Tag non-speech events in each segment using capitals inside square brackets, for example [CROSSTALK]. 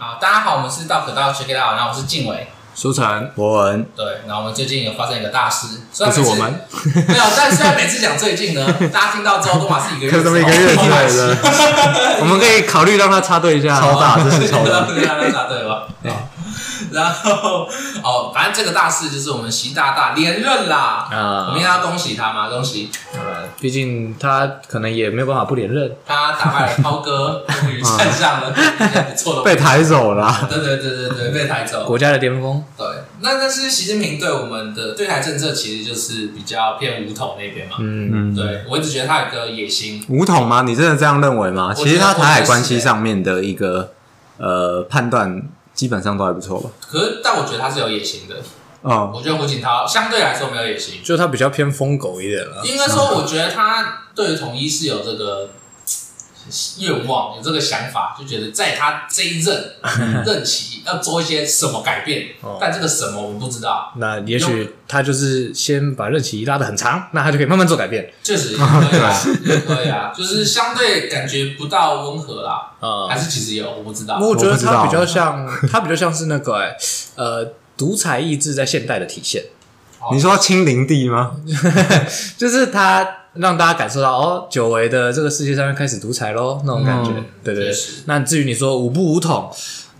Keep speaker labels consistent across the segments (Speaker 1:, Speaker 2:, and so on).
Speaker 1: 好，大家好，我们是道可道学给道，然后我是静伟。
Speaker 2: 舒晨，
Speaker 3: 博文，
Speaker 1: 对，然后我们最近有发生一个大事，虽然
Speaker 2: 不是
Speaker 1: 每次
Speaker 2: 我们，
Speaker 1: [LAUGHS] 没有，但虽然每次讲最近
Speaker 3: [LAUGHS]
Speaker 1: 呢，大家听到之后都嘛是一个月之
Speaker 3: 就
Speaker 1: 后，
Speaker 3: 这么一个月之
Speaker 1: [LAUGHS] 来
Speaker 3: 类的，
Speaker 2: 我们可以考虑让他插队一下。
Speaker 3: 超大，这是超嗯大。
Speaker 1: 对啊，答对吧？然后哦，反正这个大事就是我们习大大连任啦，我
Speaker 2: 啊
Speaker 1: 们应该要恭喜他嘛，恭喜
Speaker 2: 毕竟他可能也没有办法不连任。
Speaker 1: 他打败了涛哥，终于站上 [LAUGHS] 了不错的
Speaker 3: 啊被抬走了啊，
Speaker 1: 对对对对对，被抬走。
Speaker 2: 国家的巅峰，
Speaker 1: 对，那但是习近平对我们的对台政策其实就是比较偏武统那边嘛。
Speaker 2: 嗯，
Speaker 1: 对我一直觉得他有个野心，
Speaker 3: 武统吗？你真的这样认为吗？
Speaker 1: 觉得
Speaker 3: 其实他台海关系上面的一个呃判断，基本上都还不错吧。
Speaker 1: 可是但我觉得他是有野心的。
Speaker 3: 哦，
Speaker 1: 我觉得胡锦涛相对来说没有野心，
Speaker 2: 就他比较偏疯狗一点了。
Speaker 1: 应该说我觉得他对统一是有这个嘖愿望，有这个想法，就觉得在他这一
Speaker 2: [LAUGHS]
Speaker 1: 任任期要做一些什么改变
Speaker 2: 哦，
Speaker 1: 但这个什么我们不知道，
Speaker 2: 那也许他就是先把任期拉得很长，那他就可以慢慢做改变
Speaker 1: 确
Speaker 2: [LAUGHS]
Speaker 1: 实也可以啊，也可以啊，就是相对感觉不到温和啦，
Speaker 2: 啊
Speaker 1: 还是其实有我不知道。
Speaker 2: 我觉
Speaker 3: 我
Speaker 2: 得
Speaker 3: 不知道
Speaker 2: 他比较像，他比较像是那个、哎呃，独裁意志在现代的体现，
Speaker 1: 哦
Speaker 3: 你说清零地吗？
Speaker 2: 就是他让大家感受到哦，久违的这个世界上面开始独裁喽那种感觉。
Speaker 3: 嗯
Speaker 2: 对对
Speaker 1: 确
Speaker 2: 对
Speaker 1: 实。
Speaker 2: 那至于你说五不五统，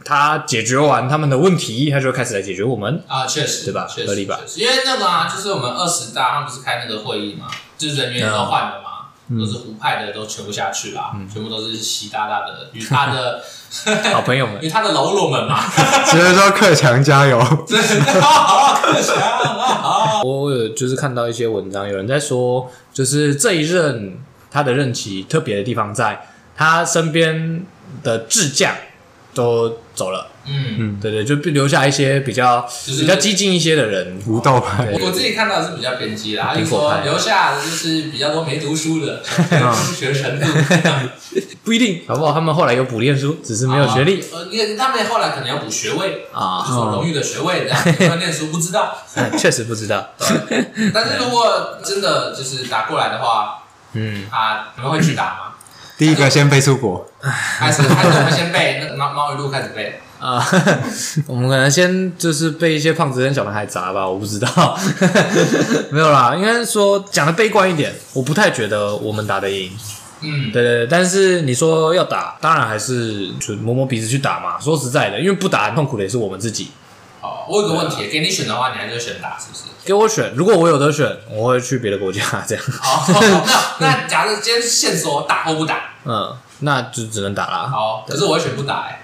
Speaker 2: 他解决完他们的问题，他就会开始来解决我们。
Speaker 1: 啊，确实，
Speaker 2: 对吧
Speaker 1: 确实
Speaker 2: 合理吧
Speaker 1: 确实因为那个啊，就是我们二十大，他们不是开那个会议嘛，就是人员都换了嘛，
Speaker 2: 嗯
Speaker 1: 都是胡派的都全部下去啦，全部都是习大大的与他
Speaker 2: [LAUGHS]
Speaker 1: 的 [LAUGHS]
Speaker 2: 好朋友们
Speaker 1: 与他的喽啰们嘛，
Speaker 2: [LAUGHS]
Speaker 3: 只能说克强加油。
Speaker 1: 真的好可想啊！
Speaker 2: 我我有就是看到一些文章，有人在说，就是这一任他的任期特别的地方在，他身边的智将都走了，
Speaker 1: 嗯，
Speaker 2: 对对，就留下一些比较、
Speaker 1: 是
Speaker 2: 比较激进一些的人。
Speaker 3: 无道派，
Speaker 1: 我自己看到的是比较偏激啦，
Speaker 2: 苹
Speaker 1: 就
Speaker 2: 果
Speaker 1: 说
Speaker 2: 派嗯
Speaker 1: 留下的就是比较多没读书的，没读学程度。
Speaker 2: 不一定，搞不好他们后来有补练书，只是没有学历
Speaker 1: 呃，因为他们后来可能要补学位，就是
Speaker 2: 啊。
Speaker 1: 有荣誉的学位，这样有没有念书不知道。
Speaker 2: [LAUGHS] 确实不知道，
Speaker 1: [LAUGHS] 但是如果真的就是打过来的话，
Speaker 2: 嗯，
Speaker 1: 啊，你们会去打
Speaker 2: [LAUGHS]
Speaker 1: 吗？
Speaker 3: 第一个先飞出国，
Speaker 1: 开始开始，我们先背那个猫猫语录开始背。
Speaker 2: 啊， [LAUGHS] 我们可能先就是被一些胖子跟小男孩砸吧，我不知道， [LAUGHS] 没有啦，应该说讲的悲观一点，我不太觉得我们打得赢，
Speaker 1: 嗯，
Speaker 2: 对对对，但是你说要打，当然还是就摸摸鼻子去打嘛。说实在的，因为不打痛苦的也是我们自己。
Speaker 1: 好，我有个问题，给你选的话，你还是会选打是不是？
Speaker 2: 给我选，如果我有得选，我会去别的国家这样。
Speaker 1: 好，那那假设今天现说打或不打，
Speaker 2: [LAUGHS] 嗯，那就只能打啦。
Speaker 1: 好，可是我会选不打哎、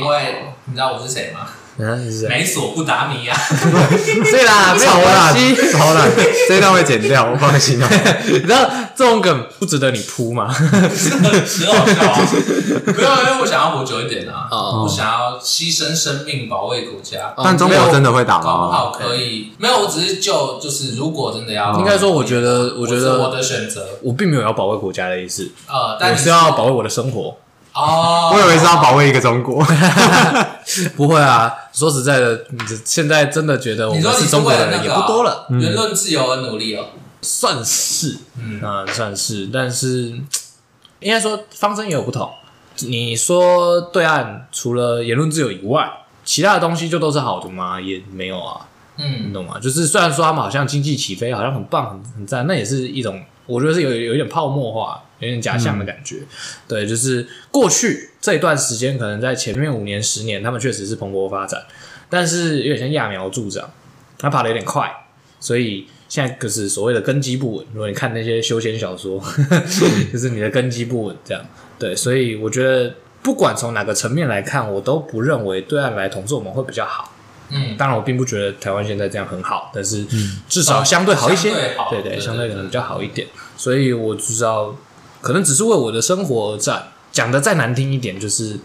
Speaker 1: 因为
Speaker 2: 哦
Speaker 1: 你知道我是谁吗？
Speaker 2: 嗯，是这样。
Speaker 1: 美索不达米
Speaker 2: [LAUGHS]
Speaker 1: 亚，
Speaker 2: 所以啦，没有
Speaker 3: 超
Speaker 2: 关
Speaker 3: 烂
Speaker 2: 系。，
Speaker 3: 超烂，这一段会剪掉，我放心哦。
Speaker 2: 你知道这种梗不值得你铺吗？
Speaker 1: 哦很好笑啊！没有，因为我想要活久一点啊，
Speaker 2: 哦
Speaker 1: 我想要牺牲生命保卫国家，
Speaker 3: 但中国真的会打
Speaker 1: 搞不
Speaker 3: 吗？
Speaker 1: 好可以。没有，我只是就就是如果真的要，
Speaker 2: [LAUGHS] 应该说，我觉得，我觉
Speaker 1: 是我
Speaker 2: 得
Speaker 1: 的选择，
Speaker 2: 我并没有要保卫国家的意思，
Speaker 1: 呃，但
Speaker 2: 我
Speaker 1: 你
Speaker 2: 是要保卫我的生活。
Speaker 1: 哦，
Speaker 3: 我以为是要保卫一个中国，
Speaker 2: [LAUGHS] 不会啊，说实在的，现在真的觉得我
Speaker 1: 你
Speaker 2: 们
Speaker 1: 说你
Speaker 2: 是
Speaker 1: 是
Speaker 2: 中国
Speaker 1: 为
Speaker 2: 的
Speaker 1: 了那
Speaker 2: 人也
Speaker 1: 个
Speaker 2: 不
Speaker 1: 啊
Speaker 2: 多了。嗯
Speaker 1: 言论自由而努力哦。
Speaker 2: 算是，
Speaker 1: 嗯
Speaker 2: 嗯，啊，算是，但是应该说方针也有不同。你说对岸除了言论自由以外，其他的东西就都是好的吗？也没有啊，你
Speaker 1: 嗯，
Speaker 2: 懂吗？就是虽然说他们好像经济起飞，好像很棒、很很赞，那也是一种，我觉得是有有一点泡沫化、有点假象的感觉。对，就是过去这一段时间，可能在前面五年、十年，他们确实是蓬勃发展，但是有点像揠苗助长，它爬的有点快，所以。现在就是所谓的根基不稳，如果你看那些休闲小说， [LAUGHS] 就是你的根基不稳这样。对，所以我觉得不管从哪个层面来看，我都不认为对岸来统治我们会比较好。
Speaker 1: 嗯，
Speaker 2: 当然，我并不觉得台湾现在这样很好，但是至少相对好一些，
Speaker 1: 相对好
Speaker 2: 对
Speaker 1: 对对
Speaker 2: 相对可能比较好一点。所以我知道，可能只是为我的生活而战。讲的再难听一点，就是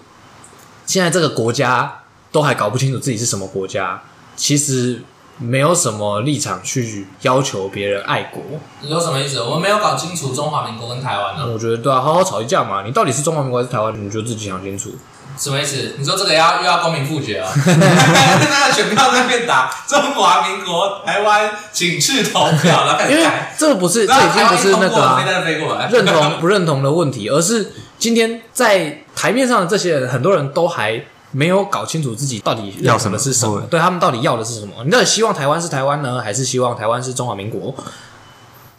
Speaker 2: 现在这个国家都还搞不清楚自己是什么国家，其实没有什么立场去要求别人爱国。
Speaker 1: 你说什么意思？我们没有搞清楚中华民国跟台湾哦呢，
Speaker 2: 我觉得对啊，好好吵一架嘛，你到底是中华民国还是台湾，你就自己想清楚。
Speaker 1: 什么意思？你说这个要又要公民复决
Speaker 2: [LAUGHS]
Speaker 1: 啊？那个选票在那边打中华民国台湾，请去投票，然后开
Speaker 2: [LAUGHS] 因
Speaker 1: 始
Speaker 2: 为
Speaker 1: 改，
Speaker 2: 这不是，这
Speaker 1: 然
Speaker 2: 已
Speaker 1: 后台
Speaker 2: 经不
Speaker 1: 湾一
Speaker 2: 是
Speaker 1: 通
Speaker 2: 那个、
Speaker 1: 过，
Speaker 2: 啊
Speaker 1: 飞、弹飞过来，
Speaker 2: 认同不认同的问题，而是今天在台面上的这些人，很多人都还没有搞清楚自己到底
Speaker 3: 要
Speaker 2: 什
Speaker 3: 什么
Speaker 2: 是什么，
Speaker 3: 对
Speaker 2: 对他们到底要的是什么？你到底希望台湾是台湾呢，还是希望台湾是中华民国？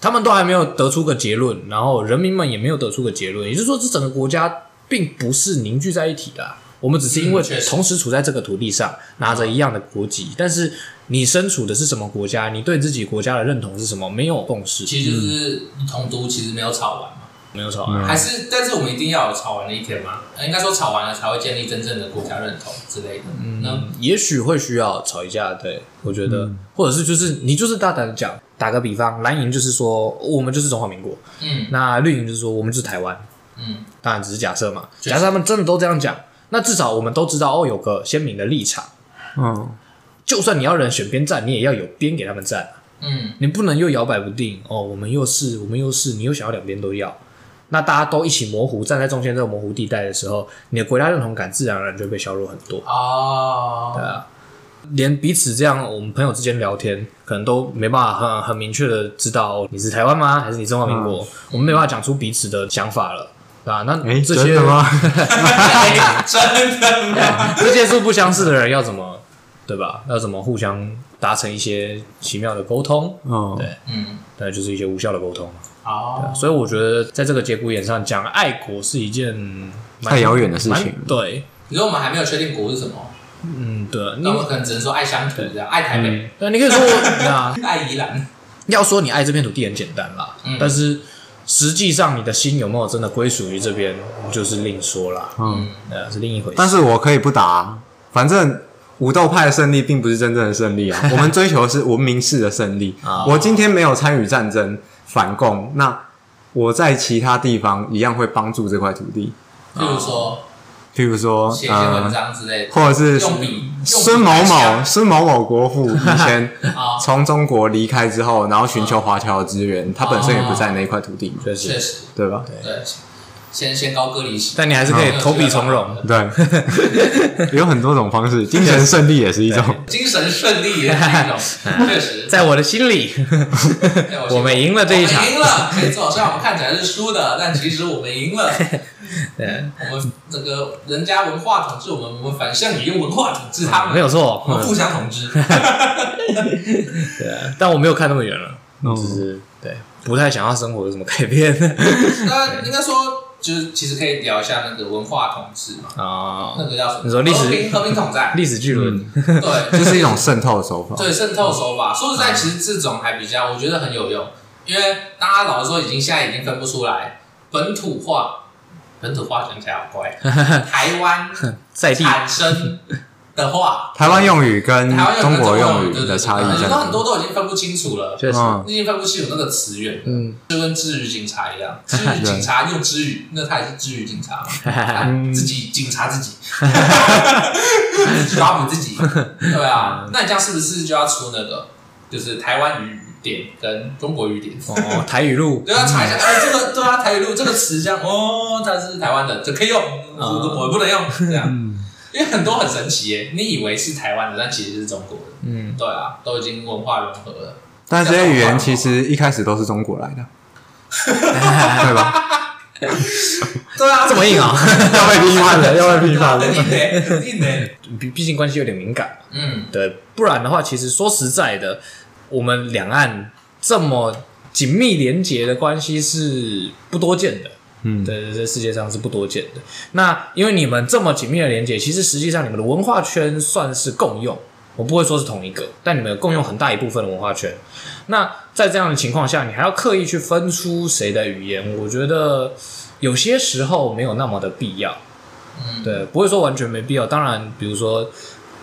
Speaker 2: 他们都还没有得出个结论，然后人民们也没有得出个结论，也就是说，这整个国家并不是凝聚在一起的啊、我们只是因
Speaker 1: 嗯
Speaker 2: 为
Speaker 1: 确实
Speaker 2: 同时处在这个土地上，拿着一样的国籍，但是你身处的是什么国家，你对自己国家的认同是什么，没有共识，
Speaker 1: 其实就是同读其实没有吵完嘛，
Speaker 2: 没有错啊
Speaker 3: 嗯
Speaker 1: 还是但是我们一定要有吵完的一天吗？呃应该说吵完了才会建立真正的国家认同之类的。嗯，那
Speaker 2: 也许会需要吵一架，对我觉得，或者是就是你就是大胆的讲，打个比方，蓝营就是说我们就是中华民国，
Speaker 1: 嗯
Speaker 2: 那绿营就是说我们就是台湾，
Speaker 1: 嗯，
Speaker 2: 当然只是假设嘛，
Speaker 1: 确实
Speaker 2: 假设他们真的都这样讲，那至少我们都知道哦，有个鲜明的立场，
Speaker 3: [LAUGHS] 嗯，
Speaker 2: 就算你要人选边站，你也要有边给他们站啊，
Speaker 1: 嗯，
Speaker 2: 你不能又摇摆不定哦，我们又是我们又是，你又想要两边都要。那大家都一起模糊，站在中间这个模糊地带的时候，你的国家认同感自然而然就会被削弱很多。对
Speaker 1: 哦，
Speaker 2: 啊，连彼此这样，我们朋友之间聊天，可能都没办法很很明确的知道、哦、你是台湾吗，还是你中华民
Speaker 3: 嗯
Speaker 2: 国，我们没办法讲出彼此的想法了。对啊，那
Speaker 3: 哎，
Speaker 2: 这
Speaker 3: 真
Speaker 2: 些、
Speaker 3: 的吗？
Speaker 1: [LAUGHS] 真的吗？
Speaker 2: 这些素不相识的人要怎么，对吧？要怎么互相达成一些奇妙的沟通？
Speaker 3: 嗯，
Speaker 2: 对
Speaker 1: 嗯，
Speaker 2: 对，就是一些无效的沟通。
Speaker 1: 好，
Speaker 2: 所以我觉得，在这个节骨眼上讲爱国是一件蛮
Speaker 3: 太遥远的事情
Speaker 2: 蛮对，
Speaker 1: 你说我们还没有确定国是什么，
Speaker 2: 嗯，对，你
Speaker 1: 那我们可能只能说爱乡土这样，爱台北，
Speaker 2: 那你可以说， [LAUGHS] 那
Speaker 1: 爱宜兰。
Speaker 2: 要说你爱这片土地很简单啦，
Speaker 1: 嗯
Speaker 2: 但是实际上你的心有没有真的归属于这边，就是另说啦，
Speaker 3: 嗯，
Speaker 2: 呃，是另一回事
Speaker 3: 但。是我可以不打、啊，反正武斗派的胜利并不是真正的胜利
Speaker 1: [LAUGHS]
Speaker 3: 啊，我们追求的是文明式的胜利
Speaker 2: 啊。
Speaker 3: 我今天没有参与战争反共，那我在其他地方一样会帮助这块土地，
Speaker 2: 哦
Speaker 1: 例如说
Speaker 3: 譬如说
Speaker 1: 写一些文
Speaker 3: 呃，
Speaker 1: 章之
Speaker 2: 啊
Speaker 1: 类的，
Speaker 3: 或者是
Speaker 1: 用笔用笔
Speaker 3: 孙某某孙某某国父以前
Speaker 1: [LAUGHS] 啊，
Speaker 3: 从中国离开之后，然后寻求华侨的支援，他本身
Speaker 1: 啊
Speaker 3: 也不在那一块土地嘛，
Speaker 2: 确
Speaker 1: 确
Speaker 2: 实，
Speaker 1: 实，
Speaker 3: 对吧？
Speaker 1: 对，先先高歌离席，
Speaker 2: 但你还是可以投笔从戎。
Speaker 3: 对，
Speaker 1: [LAUGHS]
Speaker 3: 有很多种方式，精神胜利也是一种。
Speaker 1: 精神胜利也是一
Speaker 2: [LAUGHS]
Speaker 1: 种，确实，
Speaker 2: 在我的心里，
Speaker 1: 对
Speaker 2: 我们赢了这一场
Speaker 1: 我们赢了，没错，虽然我们看起来是输
Speaker 2: [LAUGHS]
Speaker 1: 的，但其实我们赢了。
Speaker 2: 对，
Speaker 1: 我们这个人家文化统治我们，我们反向也用文化统治他们，
Speaker 2: [LAUGHS] 没有错嗯
Speaker 1: 我。们互相统治。
Speaker 2: 对但我没有看那么远了，
Speaker 3: 嗯
Speaker 2: 就是对，不太想要生活有什么改变
Speaker 1: 那应该说，就是其实可以聊一下那个文化统治嘛，
Speaker 2: [LAUGHS] 啊
Speaker 1: 那。个叫什么？
Speaker 2: 你说历史
Speaker 1: 和平和平统战，
Speaker 2: 历史巨轮，
Speaker 1: 对，
Speaker 3: 这是一种渗透的手法。
Speaker 1: 对渗透手法，说实在，其实这种还比较，我觉得很有用，因为大家老实说，已经现在已经分不出来本土化，本土化讲起来好怪，台湾
Speaker 2: 在地
Speaker 1: 产生的话，
Speaker 3: 台湾用语跟
Speaker 1: 台湾有
Speaker 3: 中
Speaker 1: 跟
Speaker 3: 国
Speaker 1: 用
Speaker 3: 用语的差异
Speaker 1: 很
Speaker 3: 在
Speaker 1: 多很
Speaker 3: 哪里？
Speaker 1: 多都已经分不清楚了，
Speaker 2: 确实，
Speaker 3: 嗯
Speaker 1: 已经分不清楚那个词源，
Speaker 2: 嗯，
Speaker 1: 就跟治愈警察一样，治愈警察用治愈，那他也是治愈警察嘛，啊 [LAUGHS]
Speaker 2: [LAUGHS]
Speaker 1: 自己
Speaker 2: 嗯
Speaker 1: 警察自己，自己抓捕自
Speaker 2: [LAUGHS]
Speaker 1: 己，对啊，那你这样是不是就要出那个，就是台湾语典跟中国语典？
Speaker 2: 哦，台语路
Speaker 1: 对啊，查一下，哎，这个对啊，台语录这个词这样，哦，它是台湾的，这可以用，
Speaker 2: 啊
Speaker 1: 我我不能用，这样，
Speaker 2: 嗯
Speaker 1: 因为很多很神奇耶，你以为是台湾的，但其实是中国的，
Speaker 2: 嗯，
Speaker 1: 对啊，都已经文化融合了，
Speaker 3: 但这些语言其实一开始都是中国来
Speaker 1: [LAUGHS]
Speaker 3: 的，对吧？
Speaker 1: 对啊，
Speaker 2: 这么硬啊，
Speaker 3: 要被批
Speaker 1: [LAUGHS]
Speaker 3: 判了，要被批
Speaker 1: 很
Speaker 3: 判了。
Speaker 1: 硬的，
Speaker 2: [LAUGHS]
Speaker 1: 很硬的，
Speaker 2: 毕毕竟关系有点敏感。
Speaker 1: 嗯，
Speaker 2: 对，不然的话，其实说实在的，我们两岸这么紧密连结的关系是不多见的。
Speaker 3: 嗯，
Speaker 2: 对对，这世界上是不多见的。那因为你们这么紧密的连接，其实实际上你们的文化圈算是共用，我不会说是同一个，但你们有共用很大一部分的文化圈。那在这样的情况下，你还要刻意去分出谁的语言，我觉得有些时候没有那么的必要。
Speaker 1: 嗯
Speaker 2: 对，不会说完全没必要。当然，比如说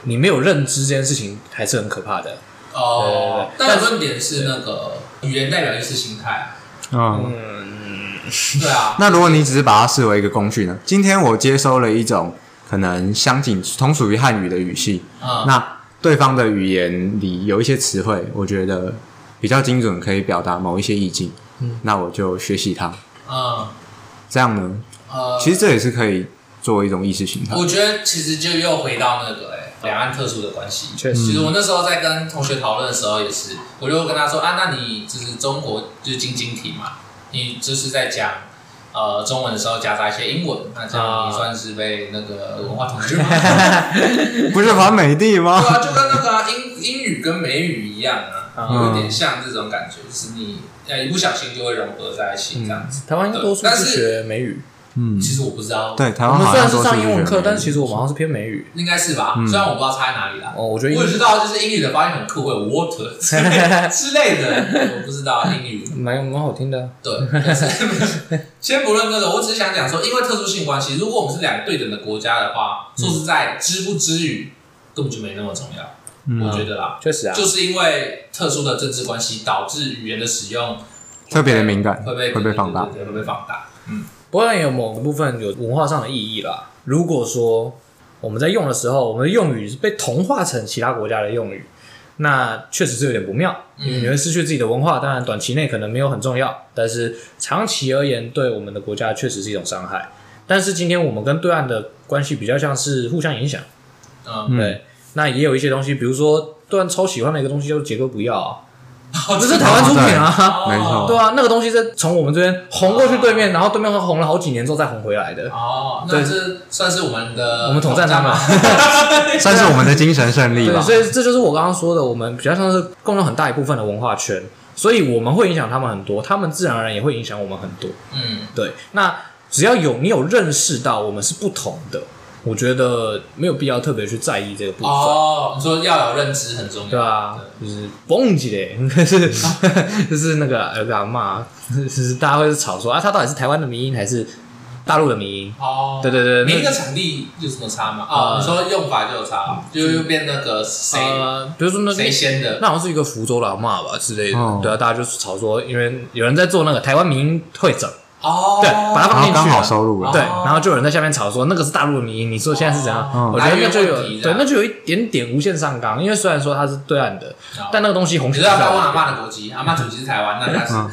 Speaker 2: 你没有认知这件事情还是很可怕的。
Speaker 1: 哦，
Speaker 2: 对对对
Speaker 1: 但论点是那个语言代表意识形态啊，
Speaker 3: 嗯。
Speaker 2: 嗯，
Speaker 1: 对啊，
Speaker 3: 那如果你只是把它视为一个工具呢？今天我接收了一种可能相近同属于汉语的语系，
Speaker 1: 嗯，
Speaker 3: 那对方的语言里有一些词汇，我觉得比较精准，可以表达某一些意境。
Speaker 2: 嗯，
Speaker 3: 那我就学习它，
Speaker 1: 嗯，
Speaker 3: 这样呢，
Speaker 1: 呃，
Speaker 3: 其实这也是可以作为一种意识形态。
Speaker 1: 我觉得其实就又回到那个哎、两岸特殊的关系。
Speaker 2: 确实
Speaker 1: 其实我那时候在跟同学讨论的时候也是，我就跟他说啊，那你就是中国就是晶晶体嘛，你就是在讲呃中文的时候夹杂一些英文，那这样
Speaker 2: 啊
Speaker 1: 你算是被那个文化统治吗？ [LAUGHS]
Speaker 3: 不是把美帝吗
Speaker 1: 呃对？啊，就跟那个、啊、英英语跟美语一样啊，
Speaker 2: 嗯
Speaker 1: 有点像这种感觉，就是你呃一不小心就会融合在一起这样子。
Speaker 2: 台湾应该多数
Speaker 1: 但
Speaker 2: 是
Speaker 1: 是
Speaker 2: 学美语，
Speaker 3: 嗯，
Speaker 1: 其实我不知道，
Speaker 3: 对，台
Speaker 2: 我
Speaker 3: 湾
Speaker 2: 们
Speaker 3: 好
Speaker 2: 虽然
Speaker 3: 像都
Speaker 2: 是上英文课，但是
Speaker 3: 实
Speaker 2: 其实我们好像是偏美语。
Speaker 1: 应该是吧？
Speaker 3: 嗯
Speaker 1: 虽然我不知道差在哪里啦。
Speaker 2: 哦，我觉
Speaker 1: 我
Speaker 2: 得英
Speaker 1: 也
Speaker 2: 语
Speaker 1: 知道，就是英语的发音很酷，会有 water 之类之类的，我不知道英语。
Speaker 2: 蛮蛮好听的啊。
Speaker 1: 对，但是先不论这个，我只是想讲说，因为特殊性关系，如果我们是两个对等的国家的话，说实在，知不知语根本就没那么重要，
Speaker 3: 嗯
Speaker 1: 我觉得啦，
Speaker 2: 确实啊，
Speaker 1: 就是因为特殊的政治关系导致语言的使用
Speaker 3: 特别的敏感，
Speaker 1: 会被
Speaker 3: 会被放大
Speaker 1: 对。对对会被放大。嗯，
Speaker 2: 不过也有某个部分有文化上的意义啦。如果说我们在用的时候，我们的用语是被同化成其他国家的用语，那确实是有点不妙，因为你会失去自己的文化。当然，短期内可能没有很重要，但是长期而言，对我们的国家确实是一种伤害。但是今天我们跟对岸的关系比较像是互相影响，
Speaker 1: 嗯，
Speaker 3: 嗯
Speaker 2: 对。那也有一些东西，比如说对岸超喜欢的一个东西叫做结构不要啊，
Speaker 1: 哦
Speaker 2: 这是台湾出品啊，
Speaker 1: 哦
Speaker 3: 没错
Speaker 2: [LAUGHS] 对啊，那个东西是从我们这边红过去对面，然后对面红了好几年之后再红回来的。
Speaker 1: 哦，那这算是我们的
Speaker 2: 我们统战他们
Speaker 1: 吗？ [LAUGHS]
Speaker 3: 算是我们的精神胜利
Speaker 2: 对，
Speaker 3: 吧
Speaker 2: 所。以这就是我刚刚说的，我们比较像是共用很大一部分的文化圈，所以我们会影响他们很多，他们自然而然也会影响我们很多。
Speaker 1: 嗯，
Speaker 2: 对，那只要有你有认识到我们是不同的，我觉得没有必要特别去在意这个部分。
Speaker 1: 哦，你说要有认知很重要，
Speaker 2: 对啊，就是蹦起嘞，可是
Speaker 1: [LAUGHS]
Speaker 2: 就是那个有个阿嬷，就是大家会吵说啊，他到底是台湾的民音还是大陆的民音？
Speaker 1: 哦，
Speaker 2: 对对对那
Speaker 1: 每一个场地有什么差吗？哦，
Speaker 2: 呃
Speaker 1: 你说用法就有差，就又变那个谁
Speaker 2: 呃，比如说那
Speaker 1: 谁先的，
Speaker 2: 那好像是一个福州老骂吧之类的，
Speaker 3: 哦
Speaker 2: 对啊，大家就是吵说，因为有人在做那个台湾民音会诊，
Speaker 1: 哦，
Speaker 2: 对把它
Speaker 3: 然
Speaker 2: 放进
Speaker 3: 后
Speaker 2: 去
Speaker 3: 刚好
Speaker 2: 了
Speaker 3: 收入了，
Speaker 2: 对，
Speaker 1: 哦
Speaker 2: 然后就有人在下面吵说那个是大陆的民音，你说现在是怎样？
Speaker 1: 哦
Speaker 2: 我觉得那就有
Speaker 1: 来源问题这
Speaker 2: 对
Speaker 1: 样，
Speaker 2: 那就有一点点无限上纲，因为虽然说它是对岸的，
Speaker 1: 哦
Speaker 2: 但那个东西红
Speaker 1: 你
Speaker 2: 起
Speaker 1: 知
Speaker 2: 来
Speaker 1: 道
Speaker 2: 是
Speaker 1: 台湾阿
Speaker 2: 好的。
Speaker 1: 妈的国籍，阿妈祖籍是台湾，那那
Speaker 3: 嗯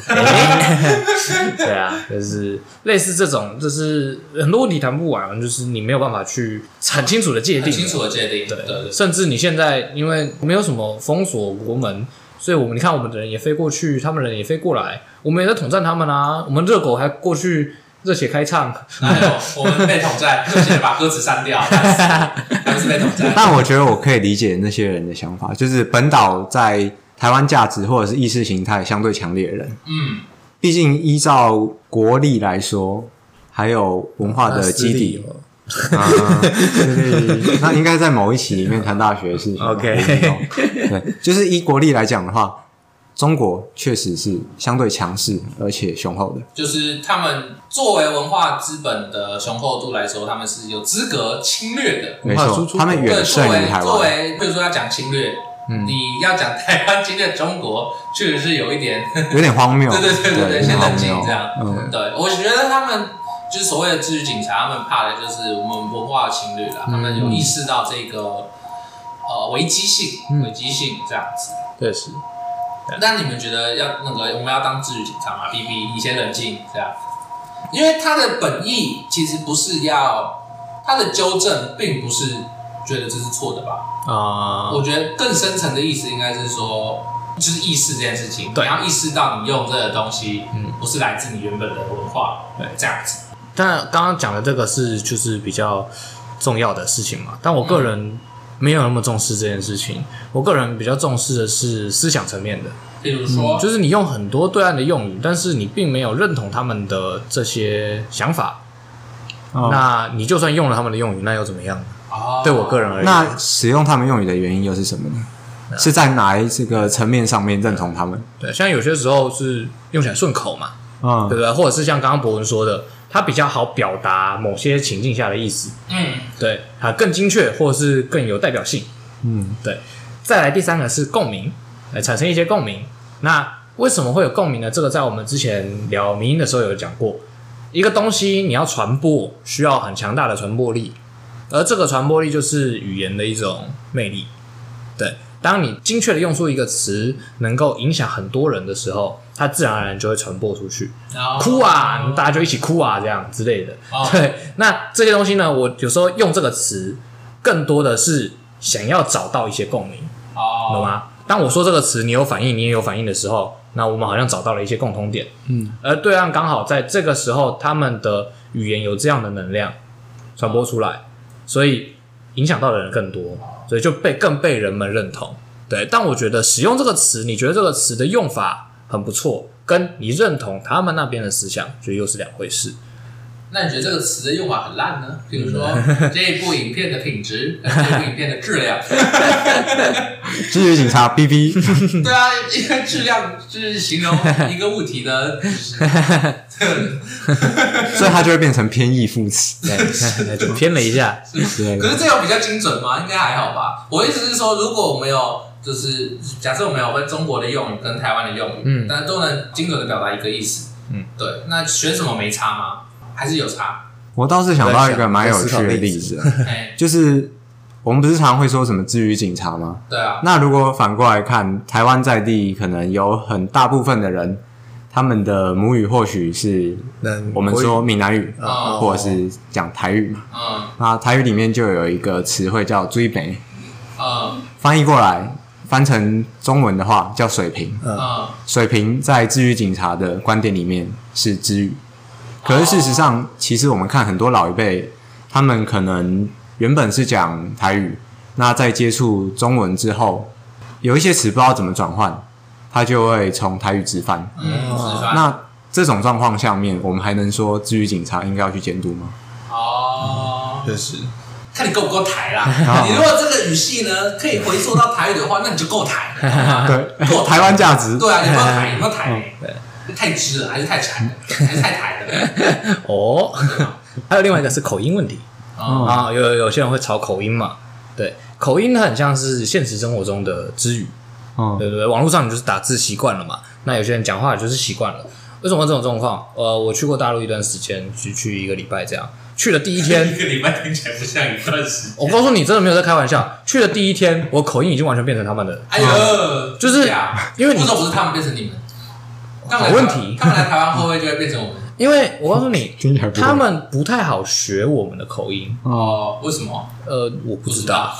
Speaker 1: 是
Speaker 2: [LAUGHS] 对啊，就是类似这种，就是很多问题谈不完，就是你没有办法去很清楚的界
Speaker 1: 很
Speaker 2: 定，
Speaker 1: 清楚的界定，对
Speaker 2: 对
Speaker 1: 对对，
Speaker 2: 甚至你现在因为没有什么封锁国门，所以我们你看我们的人也飞过去，他们人也飞过来，我们也在统战他们啊。我们热狗还过去热血开唱，
Speaker 1: 哪有我们被统
Speaker 2: [LAUGHS]
Speaker 1: 战，就先把歌词删掉，还不是被统战，
Speaker 3: 但我觉得我可以理解那些人的想法，就是本岛在台湾价值或者是意识形态相对强烈的人，
Speaker 1: 嗯，
Speaker 3: 毕竟依照国力来说，还有文化的基底，啊， [LAUGHS] 对那应该在某一期里面谈大学的事情吧。
Speaker 2: OK
Speaker 3: 我不知道 [LAUGHS] 对，就是以国力来讲的话，中国确实是相对强势而且雄厚的。
Speaker 1: 就是他们作为文化资本的雄厚度来说，他们是有资格侵略的，
Speaker 3: 没
Speaker 2: 文化
Speaker 3: 错
Speaker 2: 输，出
Speaker 3: 他们
Speaker 1: 对，
Speaker 3: 远
Speaker 1: 作
Speaker 3: 胜于
Speaker 1: 为
Speaker 3: 台
Speaker 1: 作
Speaker 3: 湾。嗯
Speaker 1: 为，比如说要讲侵略，你要讲台湾侵略中国，确实是有一
Speaker 3: [LAUGHS]
Speaker 1: 点，
Speaker 3: 有点荒
Speaker 1: [LAUGHS]
Speaker 3: 谬，
Speaker 1: 对对对对对，
Speaker 3: 有点
Speaker 1: 先
Speaker 3: 荒
Speaker 1: 冷静这
Speaker 3: 谬。
Speaker 1: 样。
Speaker 3: 嗯
Speaker 1: 对，我觉得他们就是所谓的治愈警察，他们怕的就是我们文化的侵略
Speaker 3: 嗯
Speaker 1: 啦，他们有意识到这个呃危机
Speaker 3: 嗯
Speaker 1: 性，危机性这样子。
Speaker 2: 确实，
Speaker 1: 那你们觉得要那个我们要当治愈警察吗？B B，你先冷静这样，因为他的本意其实不是要他的纠正，并不是觉得这是错的吧？
Speaker 2: 啊、
Speaker 1: 我觉得更深层的意思应该是说，就是意识这件事情，
Speaker 2: 对
Speaker 1: 你要意识到你用这个东西，
Speaker 2: 嗯
Speaker 1: 不是来自你原本的文化，
Speaker 2: 对
Speaker 1: 这样子，
Speaker 2: 但刚刚讲的这个是就是比较重要的事情嘛，但我个人没有那么重视这件事情，我个人比较重视的是思想层面的。
Speaker 1: 比如说，
Speaker 2: 嗯就是你用很多对岸的用语，但是你并没有认同他们的这些想法，
Speaker 3: 哦
Speaker 2: 那你就算用了他们的用语，那又怎么样呢？
Speaker 1: 哦
Speaker 2: 对我个人而言，
Speaker 3: 那使用他们用语的原因又是什么呢？是在哪一这个层面上面认同他们？
Speaker 2: 对，像有些时候是用起来顺口嘛，
Speaker 3: 嗯
Speaker 2: 对不对？或者是像刚刚博文说的，它比较好表达某些情境下的意思，
Speaker 1: 嗯，
Speaker 2: 对，它更精确或者是更有代表性。
Speaker 3: 嗯，
Speaker 2: 对，再来第三个是共鸣，呃，产生一些共鸣。那为什么会有共鸣呢？这个在我们之前聊民音的时候有讲过，一个东西你要传播，需要很强大的传播力，而这个传播力就是语言的一种魅力。对，当你精确的用出一个词，能够影响很多人的时候，它自然而然就会传播出去。
Speaker 1: 然后
Speaker 2: 哭啊，大家就一起哭啊，这样之类的。
Speaker 1: 哦
Speaker 2: 对，那这些东西呢，我有时候用这个词，更多的是想要找到一些共鸣，
Speaker 1: 哦，
Speaker 2: 啊懂？吗？当我说这个词，你有反应，你也有反应的时候，那我们好像找到了一些共同点。
Speaker 3: 嗯，
Speaker 2: 而对岸刚好在这个时候，他们的语言有这样的能量传播出来，所以影响到的人更多，所以就被更被人们认同。对，但我觉得使用这个词，你觉得这个词的用法很不错，跟你认同他们那边的思想，觉得又是两回 [LAUGHS] 事。
Speaker 1: 那你觉得这个词的用法很烂呢？比如说
Speaker 2: 嗯
Speaker 1: [LAUGHS] 这部影片的品
Speaker 2: [LAUGHS]
Speaker 1: 质，跟这部影片的质量，
Speaker 3: 基于警察 B B， [LAUGHS]
Speaker 1: 对啊，因为质量就是形容一个物体的，
Speaker 3: 所以它就会变成偏义副词。
Speaker 2: 对，哎就偏了一下。
Speaker 3: 对
Speaker 1: 可是这样比较精准吗？应该还好吧。我的意思是说，如果我们有就是假设我们有分中国的用语跟台湾的用语，
Speaker 2: 嗯
Speaker 1: 但都能精准的表达一个意思，
Speaker 2: 嗯，
Speaker 1: 对。那学什么没差吗？还是有差？
Speaker 3: 我倒是想到一个蛮有趣的例子，啊
Speaker 1: 哎，
Speaker 3: 就是我们不是常会说什么“至于警察”吗？
Speaker 1: 对啊，
Speaker 3: 那如果反过来看，台湾在地可能有很大部分的人，他们的母语或许是
Speaker 2: 那
Speaker 3: 我们说闽南语，
Speaker 1: 哦
Speaker 3: 或者是讲台语嘛。
Speaker 1: 嗯
Speaker 3: 那台语里面就有一个词汇叫“追北
Speaker 1: 嗯”，
Speaker 3: 翻译过来翻成中文的话叫“水平”。
Speaker 1: 嗯，
Speaker 3: 水平在治愈警察的观点里面是治愈，可是事实
Speaker 2: 哦
Speaker 3: 上，其实我们看很多老一辈，他们可能原本是讲台语，那在接触中文之后，有一些词不知道怎么转换，他就会从台语直翻。
Speaker 1: 嗯，
Speaker 2: 哦
Speaker 1: 是吧？
Speaker 3: 那这种状况下面，我们还能说治愈警察应该要去监督吗？
Speaker 1: 哦，
Speaker 2: 确实，
Speaker 1: 看你够不够抬啦
Speaker 3: 好。
Speaker 1: 你如果这个语系呢可以回溯到台语的话，那你就够抬。
Speaker 2: [LAUGHS] 哎
Speaker 3: 对
Speaker 1: 够，
Speaker 3: [LAUGHS] 台湾价值。
Speaker 1: 对啊，你不要抬，你不要抬，太直了，还是太馋了，还是太抬了。
Speaker 2: 哦， [LAUGHS] 还有另外一个是口音问题
Speaker 1: 哦
Speaker 2: 啊，有有有些人会吵口音嘛，对，口音它很像是现实生活中的之语，
Speaker 3: 嗯，
Speaker 2: 对对对，网络上你就是打字习惯了嘛，那有些人讲话就是习惯了。为什么会这种状况？呃，我去过大陆一段时间，去去一个礼拜这样。去的第一天
Speaker 1: 一，个礼拜听起来不像一段时间。
Speaker 2: 我告诉你，真的没有在开玩笑。去的第一天，我口音已经完全变成他们的，
Speaker 1: 哎呦，
Speaker 2: 就是
Speaker 1: 呀
Speaker 2: 因为你
Speaker 1: 为什么不是他们变成你们？他们来
Speaker 2: 好问题
Speaker 1: 他们来台湾会不会就会变成我们？
Speaker 2: [LAUGHS] 因为我告诉你
Speaker 3: 听起来，不
Speaker 2: 他们不太好学我们的口音。
Speaker 1: 哦，为什么？
Speaker 2: 呃，我不知道，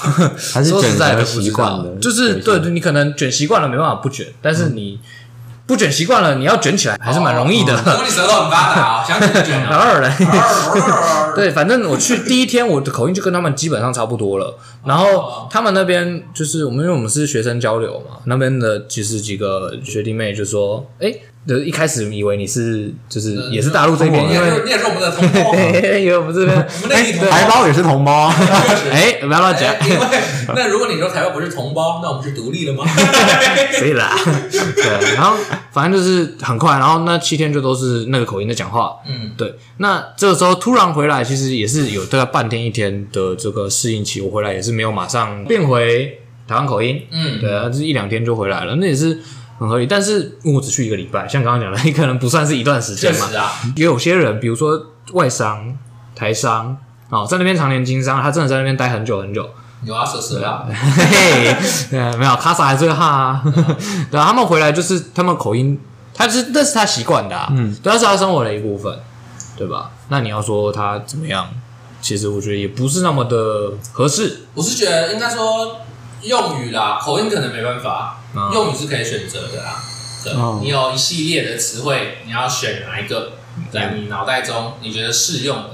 Speaker 3: 还是
Speaker 2: 说实
Speaker 3: 卷
Speaker 2: 在
Speaker 3: 舌
Speaker 2: 的不
Speaker 3: 习
Speaker 2: 知
Speaker 3: 惯
Speaker 2: 道
Speaker 3: 的，，
Speaker 2: 就是对，对你可能卷习惯了，没办法不卷，但是你不卷习惯了，你要卷起来还是蛮容易的。 [LAUGHS]
Speaker 1: 如果你舌头很发达哦，想卷就卷
Speaker 2: 然
Speaker 1: 啊。
Speaker 2: 后嘞，对，反正我去第一天，我的口音就跟他们基本上差不多了。然后他们那边就是我们，因为我们是学生交流嘛，那边的其实几个学弟妹就说，哎、就是一开始以为你是就是
Speaker 1: 呃
Speaker 2: 也是大陆这边，
Speaker 1: 你
Speaker 2: 因
Speaker 1: 也
Speaker 2: 为
Speaker 1: 是哦你也是我们的同
Speaker 2: [LAUGHS]
Speaker 1: 胞啊，
Speaker 2: 嘿嘿嘿因为我们这边，
Speaker 1: 我们内地同胞
Speaker 3: 台。胞也是同胞啊。
Speaker 2: 哎、不要乱讲
Speaker 1: 哎，因为那如果你说台湾不是同胞，那我们是独立了
Speaker 2: [LAUGHS]
Speaker 1: 吗？
Speaker 2: 所以
Speaker 1: [LAUGHS]
Speaker 2: 啦，对，然后反正就是很快，然后那七天就都是那个口音在讲话，
Speaker 1: 嗯，
Speaker 2: 对，那这个时候突然回来，其实也是有大概半天一天的这个适应期。我回来也是没有马上变回台湾口音，
Speaker 1: 嗯
Speaker 2: [LAUGHS] 对啊，就是一两天就回来了，那也是很合理。但是因为我只去一个礼拜，像刚刚讲的，你可能不算是一段时
Speaker 1: 确
Speaker 2: 间嘛
Speaker 1: 实。啊，
Speaker 2: 也有些人，比如说外商、台商哦，在那边常年经商，他真的在那边待很久很久，
Speaker 1: 有啊，蛇蛇啊，
Speaker 2: 嘿嘿， [LAUGHS] 对，没有，卡萨还是会哈、啊， [LAUGHS] 对啊，他们回来就是他们口音，他是那是他习惯的、啊，嗯，对，那是他生活的一部分，对吧？那你要说他怎么样，其实我觉得也不是那么的合适，
Speaker 1: 我是觉得应该说用语啦，口音可能没办法，
Speaker 2: 嗯
Speaker 1: 用语是可以选择的啦。对
Speaker 3: 嗯，
Speaker 1: 你有一系列的词汇，你要选哪一个，在你脑袋中你觉得适用的，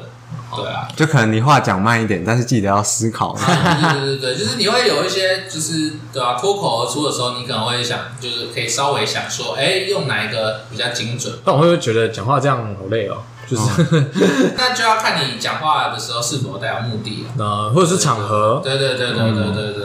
Speaker 1: 对啊。
Speaker 3: [LAUGHS] 就可能你话讲慢一点，但是记得要思考。
Speaker 1: 啊对对对对，就是你会有一些，就是对啊，脱口而出的时候，你可能会想，就是可以稍微想说，哎，用哪一个比较精准？
Speaker 2: 但我会觉得讲话这样好累哦，就是、
Speaker 1: 那就要看你讲话的时候是否带有目的
Speaker 2: [LAUGHS]
Speaker 1: 了。
Speaker 2: 呃，或者是场合，
Speaker 1: 对对对对对对对，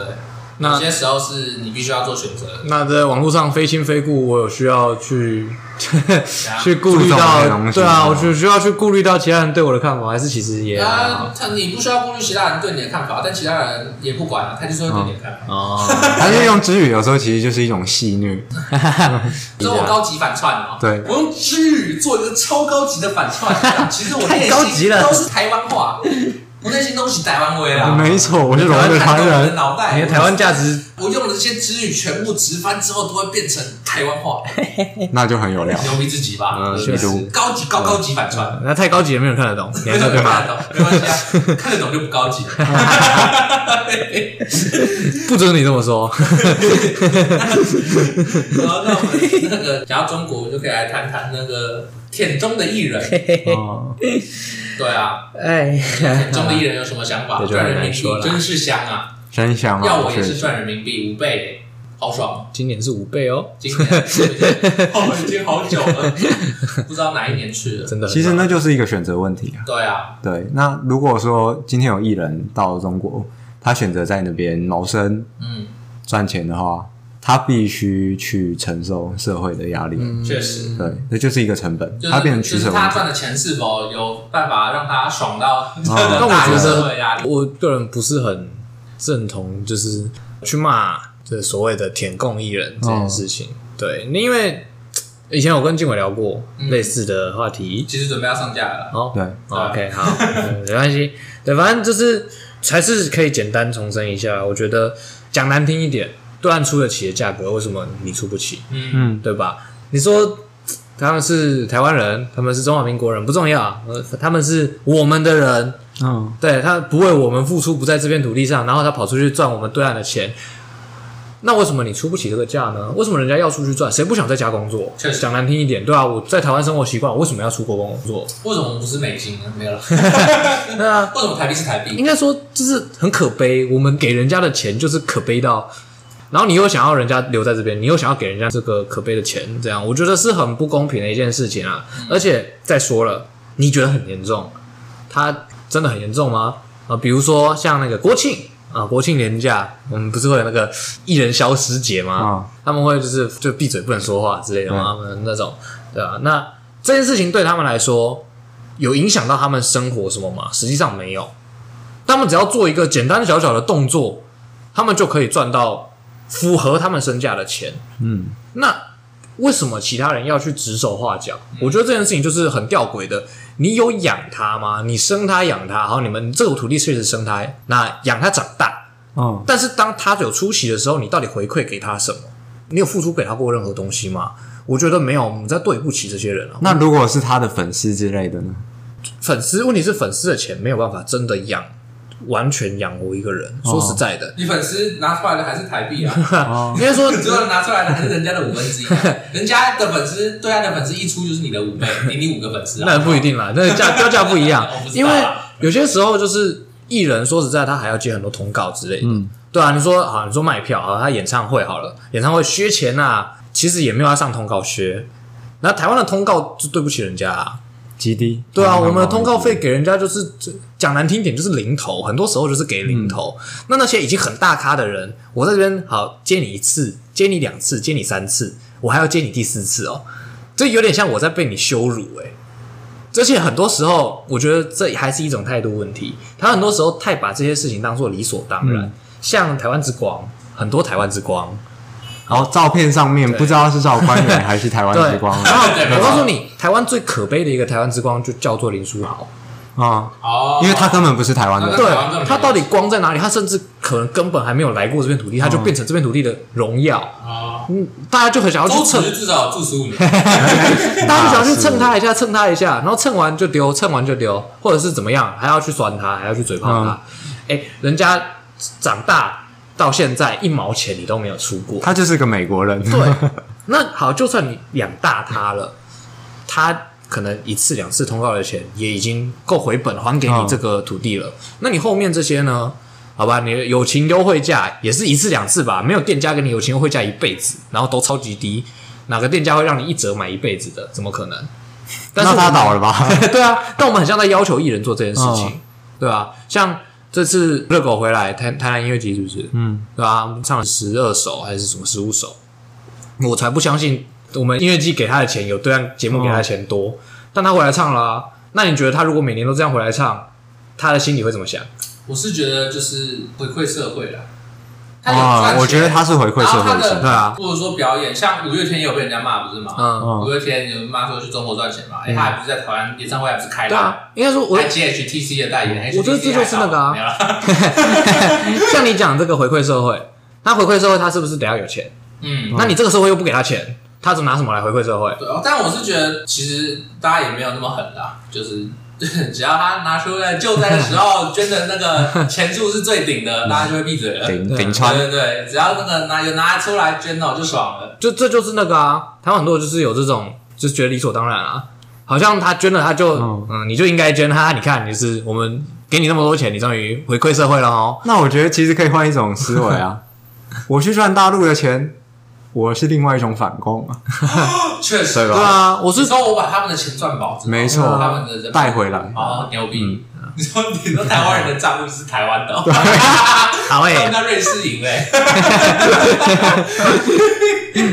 Speaker 2: 那
Speaker 1: 有些时候是你必须要做选择的。
Speaker 2: 那在网络上非亲非故，我有需要 [LAUGHS] 去去顾虑
Speaker 3: 注重这
Speaker 2: 到，
Speaker 3: 些东西
Speaker 2: 对啊，
Speaker 3: 吗
Speaker 2: 我就需要去顾虑到其他人对我的看法，还是其实也还好
Speaker 1: 啊，他你不需要顾虑其他人对你的看法，但其他人也不管啊，他就是会对你的看法。
Speaker 2: 哦，
Speaker 3: 但是用之语有时候其实就是一种戏虐。
Speaker 1: 所以我高级反串哦，
Speaker 3: 对
Speaker 1: 我用知语做一个超高级的反串，
Speaker 3: [LAUGHS]
Speaker 1: 其实我内
Speaker 2: 太高级
Speaker 1: 心
Speaker 2: 了
Speaker 1: 都是台湾话，我内心都是台湾味啦。
Speaker 3: [LAUGHS]
Speaker 2: 哦
Speaker 3: 没错，我是龙的
Speaker 1: 台
Speaker 3: 传
Speaker 1: 湾人的
Speaker 3: 人。
Speaker 1: 脑袋，
Speaker 2: 你的台湾价值
Speaker 1: 我用了这些词语全部直翻之后，都会变成台湾
Speaker 3: [LAUGHS]
Speaker 1: 话，
Speaker 3: [LAUGHS] 那就很有
Speaker 1: [LAUGHS]
Speaker 3: 料。
Speaker 1: 牛逼自己吧，
Speaker 3: 嗯
Speaker 1: 对不对
Speaker 3: 确实
Speaker 1: 高级高高级反串，
Speaker 2: 那太高级了， [LAUGHS] 没有人看得懂，你还说对
Speaker 1: 看
Speaker 2: 吗？
Speaker 1: 得懂没关系
Speaker 3: [LAUGHS]
Speaker 1: 啊，看得懂就不高级了。
Speaker 2: 不准你这么说。
Speaker 1: 然后那我们那个讲到中国，我们就可以来谈谈那个舔中的艺人，
Speaker 3: 哦，
Speaker 1: 对啊，
Speaker 2: 哎，
Speaker 1: 舔中的艺人有什么想法？
Speaker 3: 这就
Speaker 1: 赚人
Speaker 3: 很
Speaker 1: 民
Speaker 3: 难
Speaker 1: 币
Speaker 3: 说了
Speaker 1: 真是香啊！
Speaker 3: 真香啊！
Speaker 1: 要我也是
Speaker 3: 确实
Speaker 1: 赚人民币五倍，好爽！
Speaker 2: 今年是五倍哦，
Speaker 1: 今年哦，已经好久了，不知道哪一年去了。
Speaker 2: 真的很棒。
Speaker 3: 其实那就是一个选择问题啊。
Speaker 1: 对啊，
Speaker 3: 对，那如果说今天有艺人到中国，他选择在那边谋生
Speaker 1: 嗯，
Speaker 3: 赚钱的话，他必须去承受社会的压力。
Speaker 2: 嗯
Speaker 1: 确实。
Speaker 3: 对，那就是一个成本，
Speaker 1: 就是
Speaker 3: 他变成
Speaker 1: 就
Speaker 3: 取
Speaker 1: 是
Speaker 3: 舍问
Speaker 1: 他
Speaker 3: 题。
Speaker 1: 赚的钱是否有办法让他爽到这
Speaker 3: 那
Speaker 1: 个
Speaker 2: 我
Speaker 1: 大
Speaker 2: 觉
Speaker 1: 的
Speaker 2: 得
Speaker 1: 社会压力？
Speaker 2: 我个人不是很认同，就是去骂这所谓的舔共艺人这件事情。对，因为以前我跟静伟聊过
Speaker 1: 嗯
Speaker 2: 类似的话题。
Speaker 1: 其实准备要上架了，
Speaker 2: 哦，
Speaker 3: 对，
Speaker 2: 哦 OK，好， [LAUGHS] 嗯没关系。对，反正就是还是可以简单重申一下。我觉得讲难听一点，对岸出得起的价格，为什么你出不起？
Speaker 1: 嗯，
Speaker 3: 嗯，
Speaker 2: 对吧？你说他们是台湾人，他们是中华民国人，不重要，呃，他们是我们的人，
Speaker 3: 嗯，
Speaker 2: 对他不为我们付出，不在这片土地上，然后他跑出去赚我们对岸的钱。那为什么你出不起这个价呢？为什么人家要出去赚？谁不想在家工作
Speaker 1: 确？实
Speaker 2: 讲难听一点，对啊，我在台湾生活习惯，我为什么要出国工作？
Speaker 1: 为什么我们不是美金呢？没有了， [LAUGHS] 嗯
Speaker 2: 那
Speaker 1: 为什么台币是台币
Speaker 2: 应？该说就是很可悲，我们给人家的钱就是可悲到，然后你又想要人家留在这边，你又想要给人家这个可悲的钱，这样我觉得是很不公平的一件事情啊。而且再说了，你觉得很严重，它真的很严重吗？啊，比如说像那个国庆啊，国庆连假，我们不是会有那个艺人消失节吗？
Speaker 3: 啊
Speaker 2: 他们会就是就闭嘴不能说话之类的吗？他们那种对啊，那这件事情对他们来说有影响到他们生活什么吗？实际上没有，他们只要做一个简单小小的动作，他们就可以赚到符合他们身价的钱。
Speaker 3: 嗯，
Speaker 2: 那为什么其他人要去指手画脚？我觉得这件事情就是很吊诡的。你有养它吗？你生它养它，好，你们这个土地确实生它，那养它长大。
Speaker 3: 哦，
Speaker 2: 但是当它有出息的时候，你到底回馈给它什么？你有付出给它过任何东西吗？我觉得没有，我们在对不起这些人啊。
Speaker 3: 那如果是他的粉丝之类的呢？
Speaker 2: 粉丝问题是粉丝的钱没有办法真的养，完全养活一个人。
Speaker 1: 哦
Speaker 2: 说实在的，
Speaker 1: 你粉丝拿出来的还是台币啊？
Speaker 3: 哦 [LAUGHS]
Speaker 2: 应该说
Speaker 1: 你最后拿出来的还是人家的五分之一啊，人家的粉丝对岸的粉丝一出就是你的五倍，你你五个粉丝啊，
Speaker 2: 那不一定啦，那个价标价不一样
Speaker 1: [LAUGHS] 我不，知
Speaker 2: 因
Speaker 1: 道
Speaker 2: 为
Speaker 1: 啊
Speaker 2: 有些时候就是艺人，说实在，他还要接很多通告之类的。
Speaker 3: 嗯
Speaker 2: 对啊，你说好，你说卖票啊，他演唱会好了，演唱会削钱啊，其实也没有要上通告削。那台湾的通告就对不起人家、啊，
Speaker 3: 极低。
Speaker 2: 对啊，
Speaker 3: 嗯
Speaker 2: 我们的通告费给人家就是讲难听点就是零头，很多时候就是给零头。
Speaker 3: 嗯
Speaker 2: 那那些已经很大咖的人，我在这边好接你一次，接你两次，接你三次，我还要接你第四次哦，这有点像我在被你羞辱诶、而且很多时候，我觉得这还是一种态度问题。他很多时候太把这些事情当做理所当然，
Speaker 3: 嗯
Speaker 2: 像台湾之光，很多台湾之光，
Speaker 3: 然后照片上面不知道是照官员还是台
Speaker 2: [LAUGHS]
Speaker 3: 湾
Speaker 2: 对，
Speaker 3: 之光
Speaker 2: 然后
Speaker 1: 对
Speaker 2: 我告诉你，台湾最可悲的一个台湾之光就叫做林书豪。
Speaker 3: 啊，
Speaker 1: 哦，
Speaker 3: 因为他根本不是台湾的。
Speaker 1: 台湾根本没有
Speaker 2: 对，他到底光在哪里？他甚至可能根本还没有来过这片土地，
Speaker 1: 啊
Speaker 2: 他就变成这片土地的荣耀。
Speaker 1: 哦，
Speaker 2: 嗯，大家就很想要
Speaker 1: 周
Speaker 2: 去蹭
Speaker 1: 子，至少住十五年，
Speaker 2: 大家就想要去蹭他一下，蹭他一下，然后蹭完就丢，蹭完就丢，或者是怎么样，还要去酸他，还要去嘴炮
Speaker 1: 啊
Speaker 2: 他。哎、人家长大到现在一毛钱你都没有出过，
Speaker 3: 他就是个美国人。
Speaker 2: 对，那好，就算你养大他了，他可能一次两次通告的钱也已经够回本还给
Speaker 3: 嗯
Speaker 2: 你这个土地了。那你后面这些呢？好吧，你友情优惠价也是一次两次吧，没有店家给你友情优惠价一辈子，然后都超级低，哪个店家会让你一折买一辈子的？怎么可能？但是
Speaker 3: 那
Speaker 2: 我
Speaker 3: 他
Speaker 2: 们
Speaker 3: 倒了吧？
Speaker 2: [LAUGHS] 对啊，但我们很像在要求艺人做这件事情，
Speaker 3: 嗯
Speaker 2: 对啊，像这次热狗回来台台南音乐节是不是？
Speaker 3: 嗯，
Speaker 2: 对啊，我们唱了十二首还是什么十五首？我才不相信我们音乐季给他的钱有对岸节目给他的钱多，但他回来唱了、啊，那你觉得他如果每年都这样回来唱，他的心里会怎么想？
Speaker 1: 我是觉得就是回馈社会了。他有赚
Speaker 3: [LAUGHS] 啊，
Speaker 1: 钱
Speaker 3: 我觉得他是回馈社
Speaker 1: 然后
Speaker 3: 会
Speaker 1: 他的
Speaker 3: 型。
Speaker 2: 对啊
Speaker 1: 或者说表演，像五月天也有被人家骂，不是吗？
Speaker 2: 嗯，
Speaker 3: 嗯
Speaker 1: 五月天有人骂说去中国赚钱嘛，哎，他还不是在台湾演唱会，还不是开
Speaker 2: 对
Speaker 1: 了，
Speaker 2: 啊，应该说我 [LAUGHS]
Speaker 1: 还接 HTC 的代言，
Speaker 2: 我觉得这就是那个啊
Speaker 1: 没有啦
Speaker 2: 像你讲这个回馈社会，那回馈社会，他是不是得要有钱？
Speaker 1: 嗯，
Speaker 2: 那你这个社会又不给他钱，他怎么拿什么来回馈社会？
Speaker 1: 对哦，但我是觉得其实大家也没有那么狠啦，就是 [LAUGHS] 只要他拿出了救灾的时候捐的那个钱数是最顶的，大家就会闭嘴了。对
Speaker 3: 嗯顶
Speaker 2: 对
Speaker 3: 顶穿，
Speaker 1: 对对，只要那个拿有拿出来捐哦，就爽了。
Speaker 2: 就这就是那个啊，台湾很多就是有这种，就觉得理所当然啊，好像他捐了他就嗯
Speaker 3: 嗯
Speaker 2: 你就应该捐他，你看你是我们给你那么多钱，你终于回馈社会了哦。
Speaker 3: 那我觉得其实可以换一种思维
Speaker 2: [LAUGHS]
Speaker 3: 啊，我去赚大陆的钱，我是另外一种反攻啊，
Speaker 1: 确实，
Speaker 3: 对吧
Speaker 2: 对啊，我
Speaker 1: 你
Speaker 2: 是
Speaker 1: 说我把他们的钱赚饱，
Speaker 3: 没错
Speaker 1: 他们的人
Speaker 3: 带回来。
Speaker 1: 哦，牛逼！
Speaker 2: 嗯
Speaker 1: [LAUGHS] 你说你说台湾人的账户是台湾的哦，
Speaker 2: 好
Speaker 1: [LAUGHS]
Speaker 2: 诶、 [LAUGHS]
Speaker 1: 那瑞士赢嘞，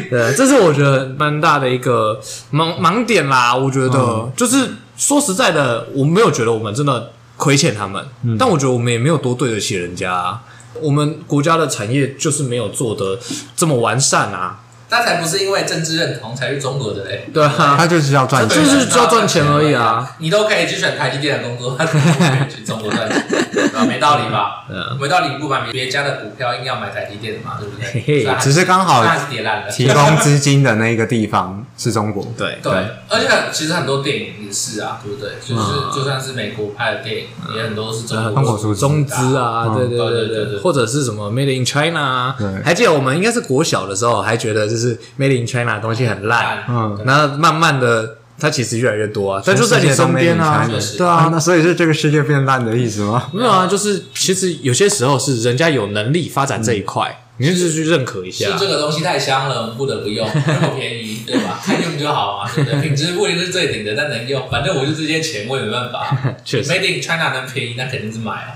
Speaker 2: 对，这是我觉得蛮大的一个盲盲点啦。我觉得、就是说实在的，我没有觉得我们真的亏欠他们，但我觉得我们也没有多对得起人家、啊。我们国家的产业就是没有做的这么完善啊，
Speaker 1: 那才不是因为政治认同才去中国的嘞。
Speaker 2: 对啊，
Speaker 3: 他就是要赚
Speaker 2: 这
Speaker 3: 钱
Speaker 2: 就，是要赚钱而已啊。
Speaker 1: 你都可以去选台积电的工作，他怎么可以去中国赚
Speaker 2: [LAUGHS]
Speaker 1: 钱？对吧没道理吧？
Speaker 2: 嗯
Speaker 1: 没道理，不买别家的股票，硬要买台积电的嘛，对不对？
Speaker 2: 嘿嘿
Speaker 1: 所以还
Speaker 3: 只是刚好
Speaker 1: 那还是跌烂了。
Speaker 3: 提供资金的那个地方是中国。
Speaker 2: 对，
Speaker 1: 对
Speaker 3: 对，
Speaker 1: 而且其实很多电影也是啊，对不对？就是就算是美国拍的电影，也很多是中
Speaker 3: 中
Speaker 1: 国
Speaker 3: 国出资
Speaker 2: 中资啊，
Speaker 3: 嗯
Speaker 2: 对对对
Speaker 1: 对对对对
Speaker 2: 或者是什么 Made in China 啊
Speaker 3: 对，
Speaker 2: 还记得我们应该是国小的时候还觉得就是 Made in China 的东西很烂，
Speaker 1: 烂，
Speaker 3: 嗯
Speaker 1: 对，
Speaker 2: 那慢慢的，它其实越来越多啊，但
Speaker 3: 全
Speaker 2: 就在你
Speaker 3: 世界都
Speaker 2: 身边啊
Speaker 3: made in，
Speaker 1: China
Speaker 2: 对
Speaker 3: 啊，
Speaker 2: 啊，
Speaker 3: 那所以是这个世界变烂的意思吗？
Speaker 2: 没有啊，就是其实有些时候是人家有能力发展这一块，你就是去认可一下
Speaker 1: 是这。个东西太香了，我们不得不用，那么便宜，对吧？看用就好嘛，对不对？品质不一定是最顶的，但能用，反正我就这些钱，我也没办法。
Speaker 2: 确实
Speaker 1: Made in China 能便宜，那肯定是买啊，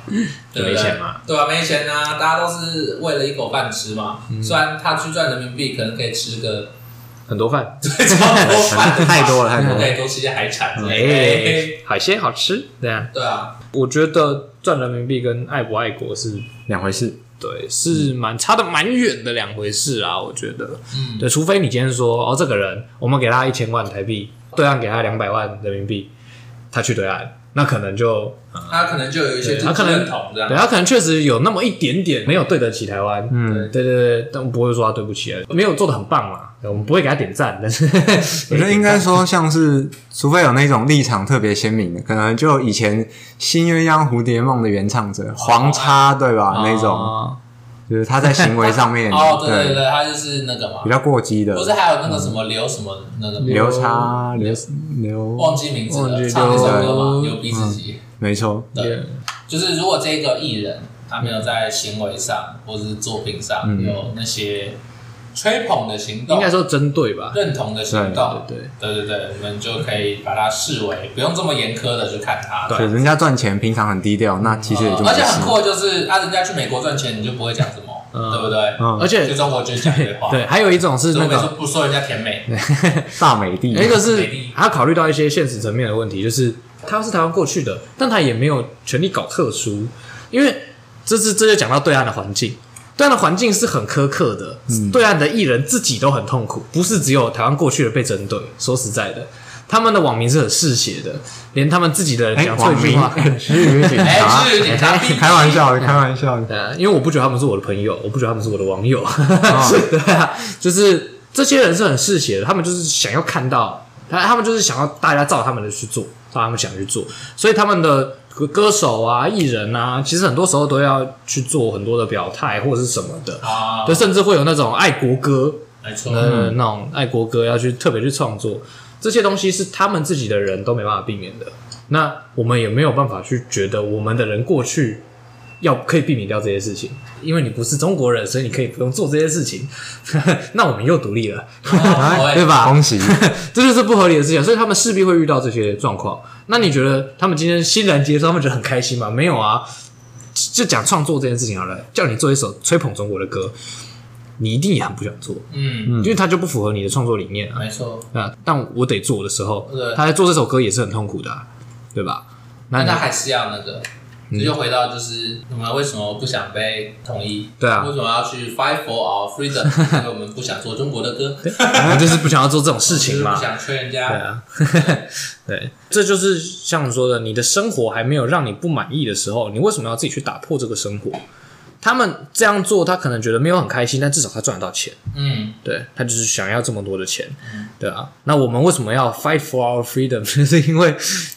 Speaker 1: 对不
Speaker 2: 没
Speaker 1: 对？
Speaker 2: 钱嘛
Speaker 1: 对啊，没钱啊，大家都是为了一口饭吃嘛。虽然他去赚人民币，可能可以吃个
Speaker 2: 很多饭，
Speaker 1: 超多饭的嘛，
Speaker 3: 太多了太多了
Speaker 1: 可以多吃一些海产之类的。哎
Speaker 2: 哎，海鲜好吃，对啊，
Speaker 1: 对啊，
Speaker 2: 我觉得赚人民币跟爱不爱国是
Speaker 3: 两回事。
Speaker 2: 对，是蛮差的蛮远的两回事啊，我觉得。
Speaker 1: 嗯，
Speaker 2: 对，除非你今天说哦，这个人我们给他一千万台币，对岸给他两百万人民币，他去对岸，那可能就
Speaker 1: 他可能就有一些
Speaker 2: 对
Speaker 1: 政
Speaker 2: 他可
Speaker 1: 治
Speaker 2: 能
Speaker 1: 认同这样
Speaker 2: 对。他可能确实有那么一点点没有对得起台湾，
Speaker 3: 嗯，
Speaker 2: 对对对，但我不会说他对不起啊，没有做的很棒嘛，对我们不会给他点赞，但是
Speaker 3: [LAUGHS] 我觉得
Speaker 2: [LAUGHS]
Speaker 3: 应该说像是，除非有那种立场特别鲜明的，可能就以前《新鸳鸯蝴蝶梦》的原唱者黄叉，对吧？那种
Speaker 2: 啊
Speaker 3: 就是他在行为上面
Speaker 1: [LAUGHS] 哦，对对对，他就是那个嘛
Speaker 3: 比，较过激的
Speaker 1: 不，是还有那个什么刘什么那个吗
Speaker 3: 刘叉刘刘，
Speaker 1: 忘记名字
Speaker 2: 忘记
Speaker 1: 了，
Speaker 2: 刘
Speaker 1: 唱那首歌嘛，牛逼自己。
Speaker 2: 嗯
Speaker 3: 没错，
Speaker 1: 对，就是如果这个艺人他没有在行为上或者是作品上
Speaker 3: 嗯
Speaker 1: 有那些吹捧的行
Speaker 2: 应
Speaker 1: 动
Speaker 2: 该，说针对吧，
Speaker 1: 认同的行动，
Speaker 2: 对对
Speaker 1: 对对对，我们就可以把它视为不用这么严苛的去看他。
Speaker 2: 对
Speaker 3: 对，人家赚钱平常很低调，那其实也就
Speaker 1: 呃
Speaker 3: 没
Speaker 1: 而且很
Speaker 3: 事。
Speaker 1: 酷，就是啊，人家去美国赚钱，你就不会讲什么，
Speaker 2: 嗯
Speaker 1: 对不对？
Speaker 3: 嗯，
Speaker 2: 而且
Speaker 1: 去中国就讲这话，
Speaker 2: 对，，还有一种是
Speaker 1: 就
Speaker 2: 那
Speaker 1: 没说
Speaker 2: 个，
Speaker 1: 不说人家甜美，
Speaker 3: 大美帝，
Speaker 2: 一哎个是
Speaker 1: 美丽
Speaker 2: 他考虑到一些现实层面的问题，就是他是台湾过去的，但他也没有权利搞特殊，因为这是这就讲到对岸的环境。对岸的环境是很苛刻的，
Speaker 3: 嗯
Speaker 2: 对岸的艺人自己都很痛苦，不是只有台湾过去的被针对。说实在的，他们的网民是很嗜血的，连他们自己的人
Speaker 3: 哎
Speaker 2: 讲错
Speaker 3: 网
Speaker 2: 一句
Speaker 3: 民
Speaker 2: 话，
Speaker 3: [LAUGHS] 至于警察
Speaker 2: 啊
Speaker 1: 哎，至于警察，哔哔
Speaker 3: 啊开玩笑的，开玩笑的。
Speaker 2: 呃，因为我不觉得他们是我的朋友，我不觉得他们是我的网友， [LAUGHS] 对啊，就是这些人是很嗜血的，他们就是想要看到，他他们就是想要大家照他们的去做，照他们想去做，所以他们的歌歌手啊、艺人啊，其实很多时候都要去做很多的表态或者是什么的，
Speaker 1: 啊
Speaker 2: 就，甚至会有那种爱国歌，
Speaker 1: 没错，
Speaker 2: 呃，那种爱国歌要去特别去创作，这些东西是他们自己的人都没办法避免的。那我们也没有办法去觉得我们的人过去要可以避免掉这些事情，因为你不是中国人，所以你可以不用做这些事 [LAUGHS] 情。那我们又独立了，
Speaker 1: 哦
Speaker 3: 哎
Speaker 1: 喂
Speaker 2: 对吧？
Speaker 3: 恭 [LAUGHS] 喜，
Speaker 2: [LAUGHS] 这就是不合理的事情，所以他们势必会遇到这些状况。那你觉得他们今天欣然接受，他们觉得很开心吗？没有啊，就讲创作这件事情好了，叫你做一首吹捧中国的歌，你一定也很不想做。
Speaker 1: 嗯，
Speaker 2: 因为它就不符合你的创作理念啊。
Speaker 1: 没错。
Speaker 2: 那但我得做的时候
Speaker 1: 对，
Speaker 2: 他在做这首歌也是很痛苦的啊、对吧？那
Speaker 1: 但
Speaker 2: 你
Speaker 1: 他还是要那个，
Speaker 2: 嗯
Speaker 1: 这就回到就是我们为什么不想被统一？
Speaker 2: 对啊
Speaker 1: 为什么要去 fight for our freedom？因
Speaker 2: [LAUGHS]
Speaker 1: 为我们不想做中国的歌，
Speaker 2: 你就是不想要做这种事情
Speaker 1: 就是
Speaker 2: 嘛
Speaker 1: 不。想吹人
Speaker 2: 对
Speaker 1: 家。
Speaker 2: 啊， [LAUGHS] 对，这就是像你说的，你的生活还没有让你不满意的时候，你为什么要自己去打破这个生活？他们这样做，他可能觉得没有很开心，但至少他赚得到钱，
Speaker 1: 嗯，
Speaker 2: 对他就是想要这么多的钱，对啊。那我们为什么要 fight for our freedom？就是 [LAUGHS] 因为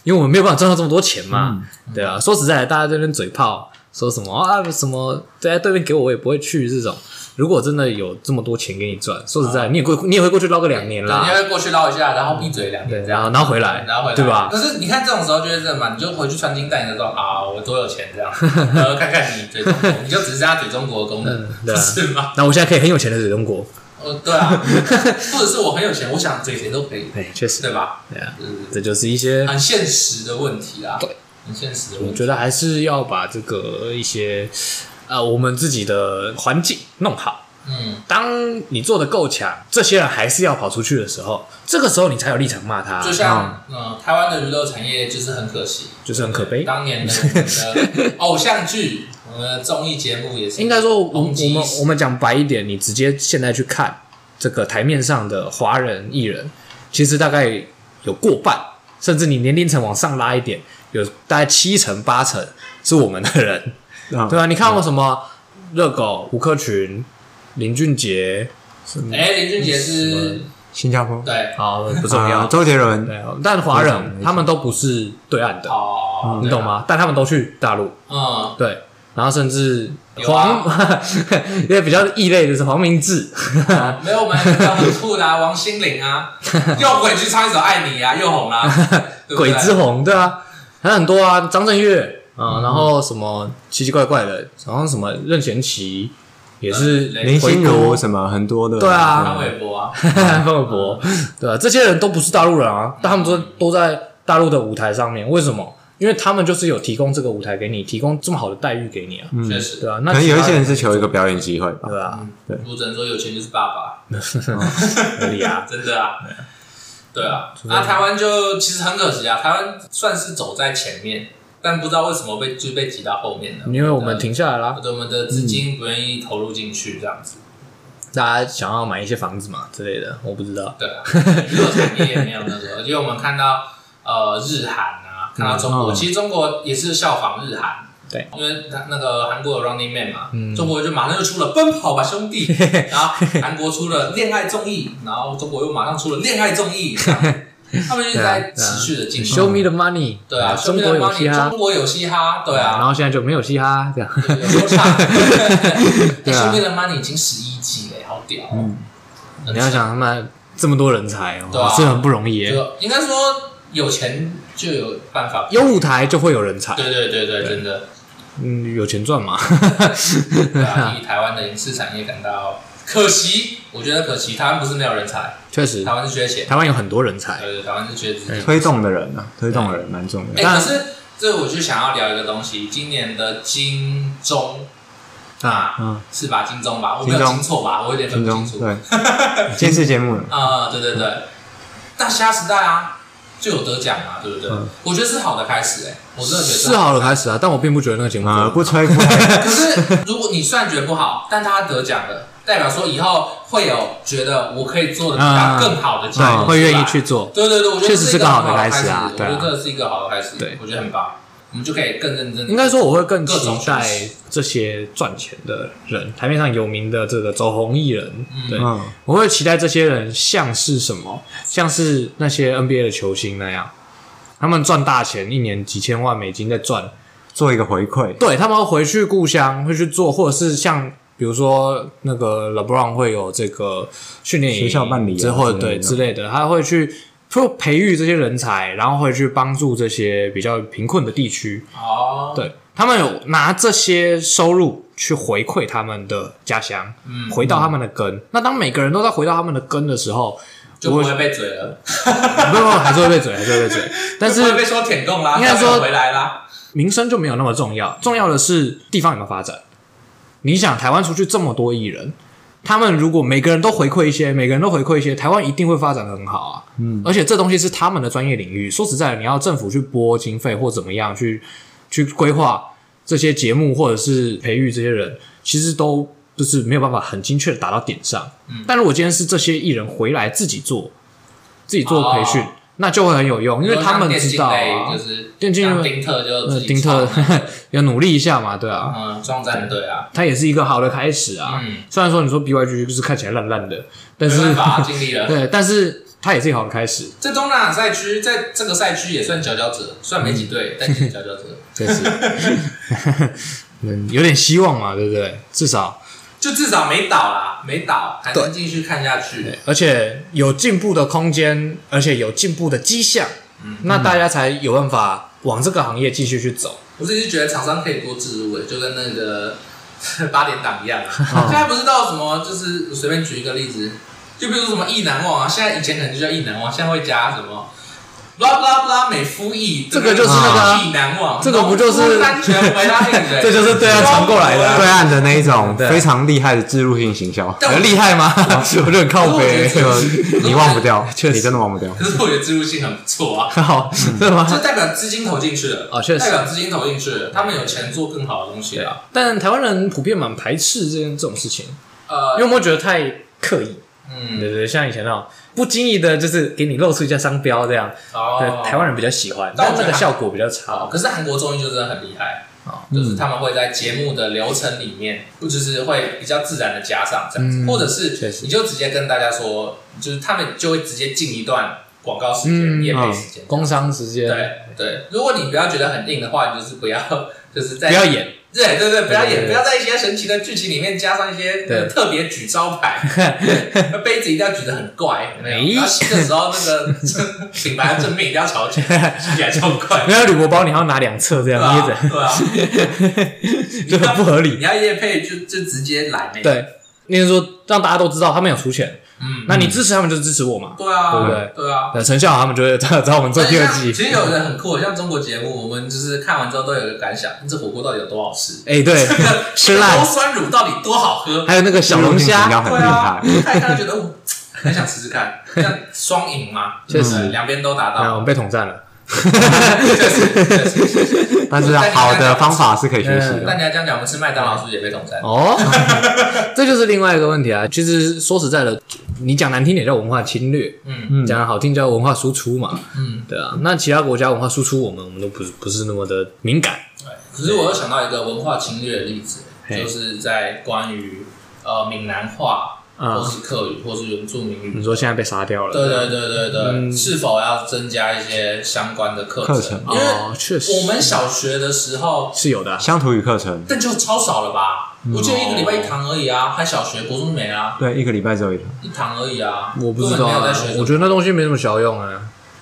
Speaker 2: 因为我们没有办法赚到这么多钱嘛，
Speaker 1: 嗯
Speaker 2: 对啊。说实在的，大家这边嘴炮说什么啊什么，在对面给我我也不会去这种。如果真的有这么多钱给你赚，说
Speaker 1: 啊
Speaker 2: 实在，你也过你也会过去捞个两年
Speaker 1: 对，
Speaker 2: 啦
Speaker 1: 你，会过去捞一下，然后闭嘴两
Speaker 2: 对，
Speaker 1: 天这样，
Speaker 2: 然
Speaker 1: 嗯
Speaker 2: 后然后回来，
Speaker 1: 然后回来，
Speaker 2: 对吧？
Speaker 1: 可是你看这种时候就会这样嘛，你就回去穿金戴银的时候啊，我多有钱这样，然后看看你嘴中国，你就只是他嘴中国的功能
Speaker 2: 嗯，对
Speaker 1: 不 [LAUGHS]
Speaker 2: 啊
Speaker 1: 是吗？
Speaker 2: 那我现在可以很有钱的水中国，
Speaker 1: 呃，对啊，
Speaker 2: [LAUGHS]
Speaker 1: 或者是我很有钱，我想嘴谁都可以，
Speaker 2: 哎，确实，
Speaker 1: 对吧？
Speaker 2: 对啊，
Speaker 1: 嗯，
Speaker 2: 这就是一些
Speaker 1: 很现实的问题啦，
Speaker 2: 对，
Speaker 1: 很现实的
Speaker 2: 我
Speaker 1: 问题。
Speaker 2: 觉得还是要把这个一些呃我们自己的环境弄好。
Speaker 1: 嗯，
Speaker 2: 当你做的够强，这些人还是要跑出去的时候，这个时候你才有立场骂他
Speaker 1: 就，像嗯，台湾的娱乐产业就是很可惜，
Speaker 2: 就是很可悲。
Speaker 1: 当年
Speaker 2: [LAUGHS]
Speaker 1: 的我们的偶像剧、我们的综艺节目也是
Speaker 2: 应该说，
Speaker 1: 抨
Speaker 2: 我们我
Speaker 1: 击
Speaker 2: 们我们讲白一点，你直接现在去看这个台面上的华人艺人，其实大概有过半，甚至你年龄层往上拉一点，有大概七成八成是我们的 [LAUGHS] 人。
Speaker 3: 嗯
Speaker 2: 对啊，你看过什么热狗、吴克群、林俊杰？
Speaker 1: 哎，林俊杰是
Speaker 2: 嗯
Speaker 3: 新加坡
Speaker 1: 对
Speaker 2: 好，啊不重 [LAUGHS] 要。
Speaker 3: 呃周杰伦，
Speaker 2: 对，啊但华
Speaker 3: 不重
Speaker 2: 人
Speaker 3: 要
Speaker 2: 他们都不是对岸的，
Speaker 1: 哦，
Speaker 2: 嗯你懂吗？但他们都去大陆，
Speaker 1: 对啊？
Speaker 2: 对。然后甚至
Speaker 1: 有啊
Speaker 2: 黄， [LAUGHS] 因为比较异类的是黄明志，
Speaker 1: 嗯，没有我们讲很酷的啊，王心凌啊，又回去唱一首《爱你》啊，又红啦，对不对
Speaker 2: [LAUGHS] [LAUGHS] 鬼之红，对啊，还有很多啊，张震岳啊，
Speaker 3: 嗯
Speaker 2: 然后什么奇奇怪怪的，好像什么任贤齐也是
Speaker 1: 嗯
Speaker 3: 呃林心如
Speaker 2: 回
Speaker 3: 什么很多的，
Speaker 2: 对啊
Speaker 1: 潘玮柏啊，
Speaker 2: 归 [LAUGHS] 范玮柏，
Speaker 3: 嗯
Speaker 2: 对啊，这些人都不是大陆人啊，但他们都都在大陆的舞台上面，为什么？因为他们就是有提供这个舞台给你，提供这么好的待遇给你啊，
Speaker 1: 确实，
Speaker 2: 对啊，
Speaker 3: 嗯可
Speaker 2: 那
Speaker 3: 能
Speaker 2: 其
Speaker 3: 有
Speaker 2: 他
Speaker 3: 一些人是求一个表演机会吧。
Speaker 2: 对啊，
Speaker 1: 我只能说有钱就是爸爸，
Speaker 2: 合理啊，
Speaker 1: [LAUGHS] 真的啊，对啊，那台湾就其实很可惜啊，台湾算是走在前面，但不知道为什么被就被挤到后面了，
Speaker 2: 因为我们
Speaker 3: 啊
Speaker 2: 停下来啦，
Speaker 1: 对我们的资金不愿意投入进去这样子，
Speaker 2: 大家想要买一些房子嘛之类的，我不知道，
Speaker 1: 对啊，娱乐产业也没有那个，而且我们看到呃日韩啊，看到中国，
Speaker 3: 嗯
Speaker 1: 其实中国也是效仿日韩。
Speaker 2: 对，
Speaker 1: 因为他那个韩国有 Running Man 嘛，中国就马上就出了《奔跑吧兄弟》，然后韩国出了恋爱综艺，然后中国又马上出了恋爱综艺，这样他们一直在持续的进
Speaker 2: ，Show
Speaker 1: 修。
Speaker 2: me the money，
Speaker 1: 嗯对啊，
Speaker 2: 中国有嘻哈
Speaker 1: 中，国有嘻哈，对
Speaker 2: 然
Speaker 1: 啊，
Speaker 2: 后现在就没有嘻哈
Speaker 1: [LAUGHS]
Speaker 2: 这样。
Speaker 1: 有说唱，
Speaker 3: 对啊
Speaker 1: 兄弟的 Money 已经十一季了，好屌哦！很
Speaker 2: 你要想他们这么多人才哦，
Speaker 1: 对啊
Speaker 2: 是很不容易耶。
Speaker 1: 就应该说有钱就有办法，
Speaker 2: 有舞台就会有人才，
Speaker 1: 对对对对，真的，
Speaker 2: 嗯，有钱赚嘛。 [LAUGHS]
Speaker 1: 对啊，替台湾的影视产业感到可惜。我觉得可惜，台湾不是没有人才，
Speaker 2: 确实
Speaker 1: 台，湾是缺钱，
Speaker 2: 台湾有很多人才，
Speaker 1: 对对，台湾是缺资金。
Speaker 3: 推动的人啊，推动的人蛮重要
Speaker 1: 哎、
Speaker 3: 的。
Speaker 2: 当
Speaker 1: 可
Speaker 2: 然
Speaker 1: 是这我就想要聊一个东西，今年的金钟啊，
Speaker 3: 嗯
Speaker 1: 是吧？金钟吧，我没有
Speaker 3: 金钟
Speaker 1: 听错吧？我有点分
Speaker 3: 心
Speaker 1: 不
Speaker 3: 中
Speaker 1: 清楚。
Speaker 3: 对电视节目
Speaker 2: [LAUGHS]
Speaker 3: 了，
Speaker 1: 啊、对对对，大虾时代啊，就有得奖啊，对不对？
Speaker 3: 嗯
Speaker 1: 我觉得是好的开始、哎，我真的觉得
Speaker 2: 是好的开始啊，但我并不觉得那个节目
Speaker 3: 呃，
Speaker 2: 好。
Speaker 3: 不吹不黑，
Speaker 1: 可是如果你虽然觉得不好，但他得奖了，代表说以后会有觉得我可以做的比他更好的节目出来，
Speaker 2: 对，啊会愿意去做。
Speaker 1: 对对对，我觉得
Speaker 2: 确实
Speaker 1: 是一
Speaker 2: 是
Speaker 1: 个
Speaker 2: 个
Speaker 1: 很
Speaker 2: 好
Speaker 1: 好
Speaker 2: 的
Speaker 1: 的
Speaker 2: 开
Speaker 1: 始
Speaker 2: 始啊
Speaker 1: 我觉得
Speaker 2: 对啊
Speaker 1: 这是一个好的开始，
Speaker 2: 对
Speaker 1: 我觉得很棒，我们就可以更认真地。
Speaker 2: 应该说，我会更
Speaker 1: 各种
Speaker 2: 期待这些赚钱的人，台面上有名的这个走红艺人，对，
Speaker 3: 嗯，
Speaker 2: 我会期待这些人像是什么，像是那些 NBA 的球星那样，他们赚大钱，一年几千万美金在赚，
Speaker 3: 做一个回馈，
Speaker 2: 对他们会回去故乡会去做，或者是像比如说那个 LeBron 会有这个训练营
Speaker 3: 学校办理啊
Speaker 2: 之后
Speaker 3: 之类的
Speaker 2: 对之类的，他会去就培育这些人才，然后会去帮助这些比较贫困的地区，
Speaker 1: 哦，
Speaker 2: 对他们有拿这些收入去回馈他们的家乡，
Speaker 1: 嗯
Speaker 2: 回到他们的根。那当每个人都在回到他们的根的时候，
Speaker 1: 就
Speaker 2: 我
Speaker 1: 不
Speaker 2: 会 [LAUGHS]
Speaker 1: 会被嘴了，
Speaker 2: 没有没有还是会被嘴，还是会被嘴，但是
Speaker 1: 就不会被说舔共啦，
Speaker 2: 应该说
Speaker 1: 他没有回来啦，
Speaker 2: 民生就没有那么重要，重要的是地方有没有发展。你想，台湾出去这么多艺人，他们如果每个人都回馈一些，每个人都回馈一些，台湾一定会发展的很好啊。嗯，而且这东西是他们的专业领域。说实在的，你要政府去拨经费或怎么样去去规划这些节目或者是培育这些人，其实都就是没有办法很精确的打到点上。嗯，但如果今天是这些艺人回来自己做，自己做培训，
Speaker 1: 哦
Speaker 2: 那就会很有用，因为他们知道啊
Speaker 1: 电竞类就是
Speaker 2: 电竞类
Speaker 1: 像丁特就
Speaker 2: 呃
Speaker 1: 自己
Speaker 2: 丁特
Speaker 1: 创
Speaker 2: [LAUGHS] 要努力一下嘛，对啊，
Speaker 1: 嗯，壮战队啊，
Speaker 2: 它也是一个好的开始啊。
Speaker 1: 嗯，
Speaker 2: 虽然说你说 BYG 就是看起来烂烂的，但
Speaker 1: 没
Speaker 2: 是
Speaker 1: 办法，尽力
Speaker 2: [LAUGHS]
Speaker 1: 了。
Speaker 2: 对，但是它也是一个好的开始，
Speaker 1: 这东南亚赛区在这个赛区也算佼佼者，虽然没几
Speaker 2: [LAUGHS]
Speaker 1: 队，但也是佼佼者。
Speaker 2: 这是嗯有点希望嘛，对不对？至少
Speaker 1: 就至少没倒啦，没倒，还能继续看下去。
Speaker 2: 而且有进步的空间，而且有进步的迹象，
Speaker 1: 嗯
Speaker 2: 那大家才有办法往这个行业继续去走。
Speaker 1: 我自己是觉得厂商可以多置入、欸，就跟那个 [LAUGHS] 八点档一样啊。
Speaker 2: 哦
Speaker 1: 现在不是到什么，就是我随便举一个例子，就比如说什么意难忘啊，现在以前可能就叫意难忘，现在会加什么？拉拉拉美肤意，
Speaker 2: 这个就是那个啊
Speaker 1: 意难忘，
Speaker 2: 这个不就是
Speaker 1: 农夫山泉维拉令人？
Speaker 2: [LAUGHS] 这就是对岸传过来的啊
Speaker 3: 对岸的那一种
Speaker 2: 对
Speaker 3: 非常厉害的植入性行销，
Speaker 1: 但我
Speaker 2: 很厉害 [LAUGHS] 吗？我就很靠
Speaker 1: 可
Speaker 2: 北、
Speaker 1: 是我觉得
Speaker 3: 你忘不掉，
Speaker 2: [LAUGHS] 确实
Speaker 3: 你真的忘不掉。
Speaker 1: 可是我觉得植入性很不错啊，
Speaker 2: 好，真的
Speaker 1: 这
Speaker 2: 吗？
Speaker 1: 代表资金投进去了，
Speaker 2: 哦确实
Speaker 1: 代表资金投进去了，他们有钱做更好的东西啊了。
Speaker 2: 但台湾人普遍蛮排斥这件这种事情，因
Speaker 1: 呃，
Speaker 2: 为我们觉得太刻意。对
Speaker 1: 嗯，
Speaker 2: 对，对像以前那种不经意的，就是给你露出一下商标这样。
Speaker 1: 哦
Speaker 2: 对，，台湾人比较喜欢，
Speaker 1: 但
Speaker 2: 但
Speaker 1: 我
Speaker 2: 那
Speaker 1: 觉得
Speaker 2: 个
Speaker 1: 还
Speaker 2: 效果比较
Speaker 1: 好，
Speaker 2: 差。
Speaker 1: 可是韩国综艺就真的很厉害，
Speaker 2: 哦
Speaker 1: 就是他们会在节目的流程里面，就是会比较自然的加上这样子，
Speaker 2: 嗯
Speaker 1: 或者是
Speaker 2: 确实
Speaker 1: 你就直接跟大家说，就是他们就会直接进一段广告时间、
Speaker 2: 嗯
Speaker 1: 夜配时间。
Speaker 2: 工商时间
Speaker 1: 对对，如果你不要觉得很硬的话，你就是不要，就是在
Speaker 2: 不要演，
Speaker 1: 对对对，不要
Speaker 2: 对对
Speaker 1: 演，
Speaker 2: 对
Speaker 1: 不要在一些神奇的剧情里面加上一些
Speaker 2: 对
Speaker 1: 特别举招
Speaker 2: [LAUGHS]
Speaker 1: 牌，杯子一定要举得很怪，有没
Speaker 2: 哎
Speaker 1: 有？然后吸的时候那个 [LAUGHS] 品牌的正面一定要朝前，吸起来超快。
Speaker 2: 没有铝箔包，你还要拿两侧这
Speaker 1: 对
Speaker 2: 样
Speaker 1: 啊
Speaker 2: 捏，着，
Speaker 1: 对啊，
Speaker 2: [LAUGHS] 就很不
Speaker 1: [LAUGHS]
Speaker 2: 合理
Speaker 1: 你。要夜配就就直接来那个，
Speaker 2: 对，那是说让大家都知道他们有出钱，
Speaker 1: 嗯，
Speaker 2: 那你支持他们就支持我嘛。
Speaker 1: 对啊，
Speaker 2: 对不对
Speaker 1: 对啊。
Speaker 2: 那成效好他们就会找我们做第
Speaker 1: [LAUGHS]
Speaker 2: 二
Speaker 1: 所以像
Speaker 2: 季
Speaker 1: 其。实有人很酷，像中国节目，我们就是看完之后都有一个感想：这火锅到底有多好吃？
Speaker 2: 哎，对，吃
Speaker 1: 这
Speaker 2: 烂
Speaker 1: 个，欧酸乳到底多好喝？
Speaker 2: 还有那个小龙
Speaker 3: 植入性
Speaker 2: 虾，
Speaker 3: 行销很
Speaker 1: 对
Speaker 3: 厉
Speaker 1: 啊
Speaker 3: 害，，
Speaker 1: 看一看就觉得，哦很想试试看，这样双赢嘛，
Speaker 2: 确实嗯
Speaker 1: 对两边都达
Speaker 2: 啊，我
Speaker 1: 到，
Speaker 2: 们被统战了。
Speaker 1: 确实确
Speaker 2: [LAUGHS]
Speaker 1: 实。
Speaker 3: 但是好的方法是可以学习
Speaker 1: 但
Speaker 3: 的。
Speaker 1: 你要这样讲，我们吃麦当劳是不是也被统战？
Speaker 2: 哦， [LAUGHS] 这就是另外一个问题啊。其实说实在的，你讲难听点叫文化侵略，
Speaker 1: 嗯
Speaker 3: 嗯，
Speaker 2: 讲得好听叫文化输出嘛。
Speaker 1: 嗯。
Speaker 2: 对啊，那其他国家文化输出我们，我们都不是不是那么的敏感。
Speaker 1: 可是我又想到一个文化侵略的例子，
Speaker 2: 嘿
Speaker 1: 就是在关于呃闽南话，
Speaker 2: 嗯
Speaker 1: 或是客语，或是原住民
Speaker 2: 你
Speaker 1: 语。
Speaker 2: 说现在被杀掉了，
Speaker 1: 对对对对对，
Speaker 2: 嗯
Speaker 1: 是否要增加一些相关的课
Speaker 3: 课
Speaker 1: 程
Speaker 3: 程？
Speaker 1: 因为
Speaker 2: 哦，确实，
Speaker 1: 我们小学的时候，
Speaker 2: 是有的啊、
Speaker 3: 乡土语课程，
Speaker 1: 但就超少了吧？
Speaker 2: 嗯
Speaker 1: 我记得一个礼拜一堂而已啊，还小学、国中没啊，
Speaker 3: 对，一个礼拜只有一堂。
Speaker 1: 一堂而已啊，
Speaker 2: 我不知道、
Speaker 1: 根本没
Speaker 2: 啊
Speaker 1: 有在学什，么。
Speaker 2: 我觉得那东西没什么效用啊，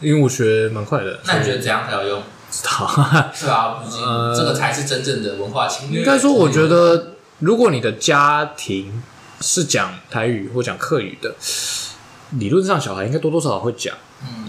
Speaker 2: 因为我学蛮快的。
Speaker 1: 那你觉得怎样才有用？
Speaker 2: 不
Speaker 1: [LAUGHS]
Speaker 2: 知道？
Speaker 1: 是吧？不仅
Speaker 2: 呃
Speaker 1: 这个才是真正的文化侵略。
Speaker 2: 应该说，我觉得如果你的家庭是讲台语或讲客语的，理论上小孩应该多多少少会讲。
Speaker 1: 嗯，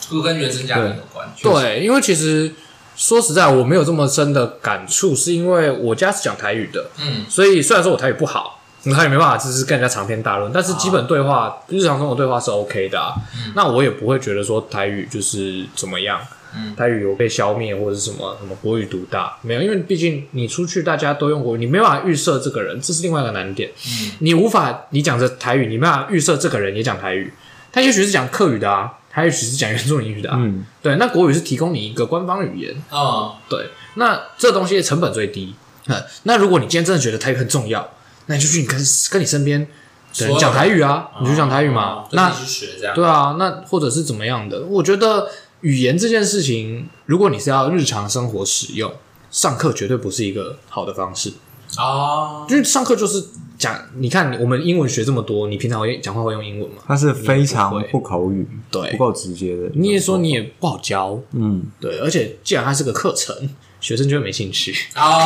Speaker 1: 就跟原生家庭有关。确实，
Speaker 2: 对，因为其实说实在，我没有这么深的感触，是因为我家是讲台语的，
Speaker 1: 嗯
Speaker 2: 所以虽然说我台语不好，他也没办法就是跟人家长篇大论，但是基本对话、日常生活对话是 OK 的、啊。
Speaker 1: 啊嗯
Speaker 2: 那我也不会觉得说台语就是怎么样，
Speaker 1: 嗯
Speaker 2: 台语有被消灭或者是什么什么国语独大没有，因为毕竟你出去大家都用国语，你没办法预设这个人，这是另外一个难点。
Speaker 1: 嗯，
Speaker 2: 你无法你讲着台语，你没办法预设这个人也讲台语，他也许是讲客语的啊，他也许是讲原住民语的啊。
Speaker 3: 嗯，
Speaker 2: 对，那国语是提供你一个官方语言，
Speaker 1: 哦，
Speaker 2: 对，那这东西的成本最低。嗯那如果你今天真的觉得台语很重要，那你就去你跟跟你身边的
Speaker 1: 所有
Speaker 2: 人
Speaker 1: 的
Speaker 2: 讲台语啊，你就讲台语
Speaker 1: 哦
Speaker 2: 嘛
Speaker 1: 哦。就
Speaker 2: 那
Speaker 1: 自己去学这样。
Speaker 2: 对啊，那或者是怎么样的？我觉得语言这件事情，如果你是要日常生活使用，上课绝对不是一个好的方式，
Speaker 1: 哦，
Speaker 2: 因为上课就是讲，你看我们英文学这么多，你平常会讲话会用英文嘛？
Speaker 3: 它是非常
Speaker 2: 你也不
Speaker 3: 不口语，
Speaker 2: 对
Speaker 3: 不够直接的。
Speaker 2: 你也说你也不好教，
Speaker 3: 嗯，
Speaker 2: 对，而且既然它是个课程，学生就会没兴趣。 [LAUGHS]
Speaker 1: 哦，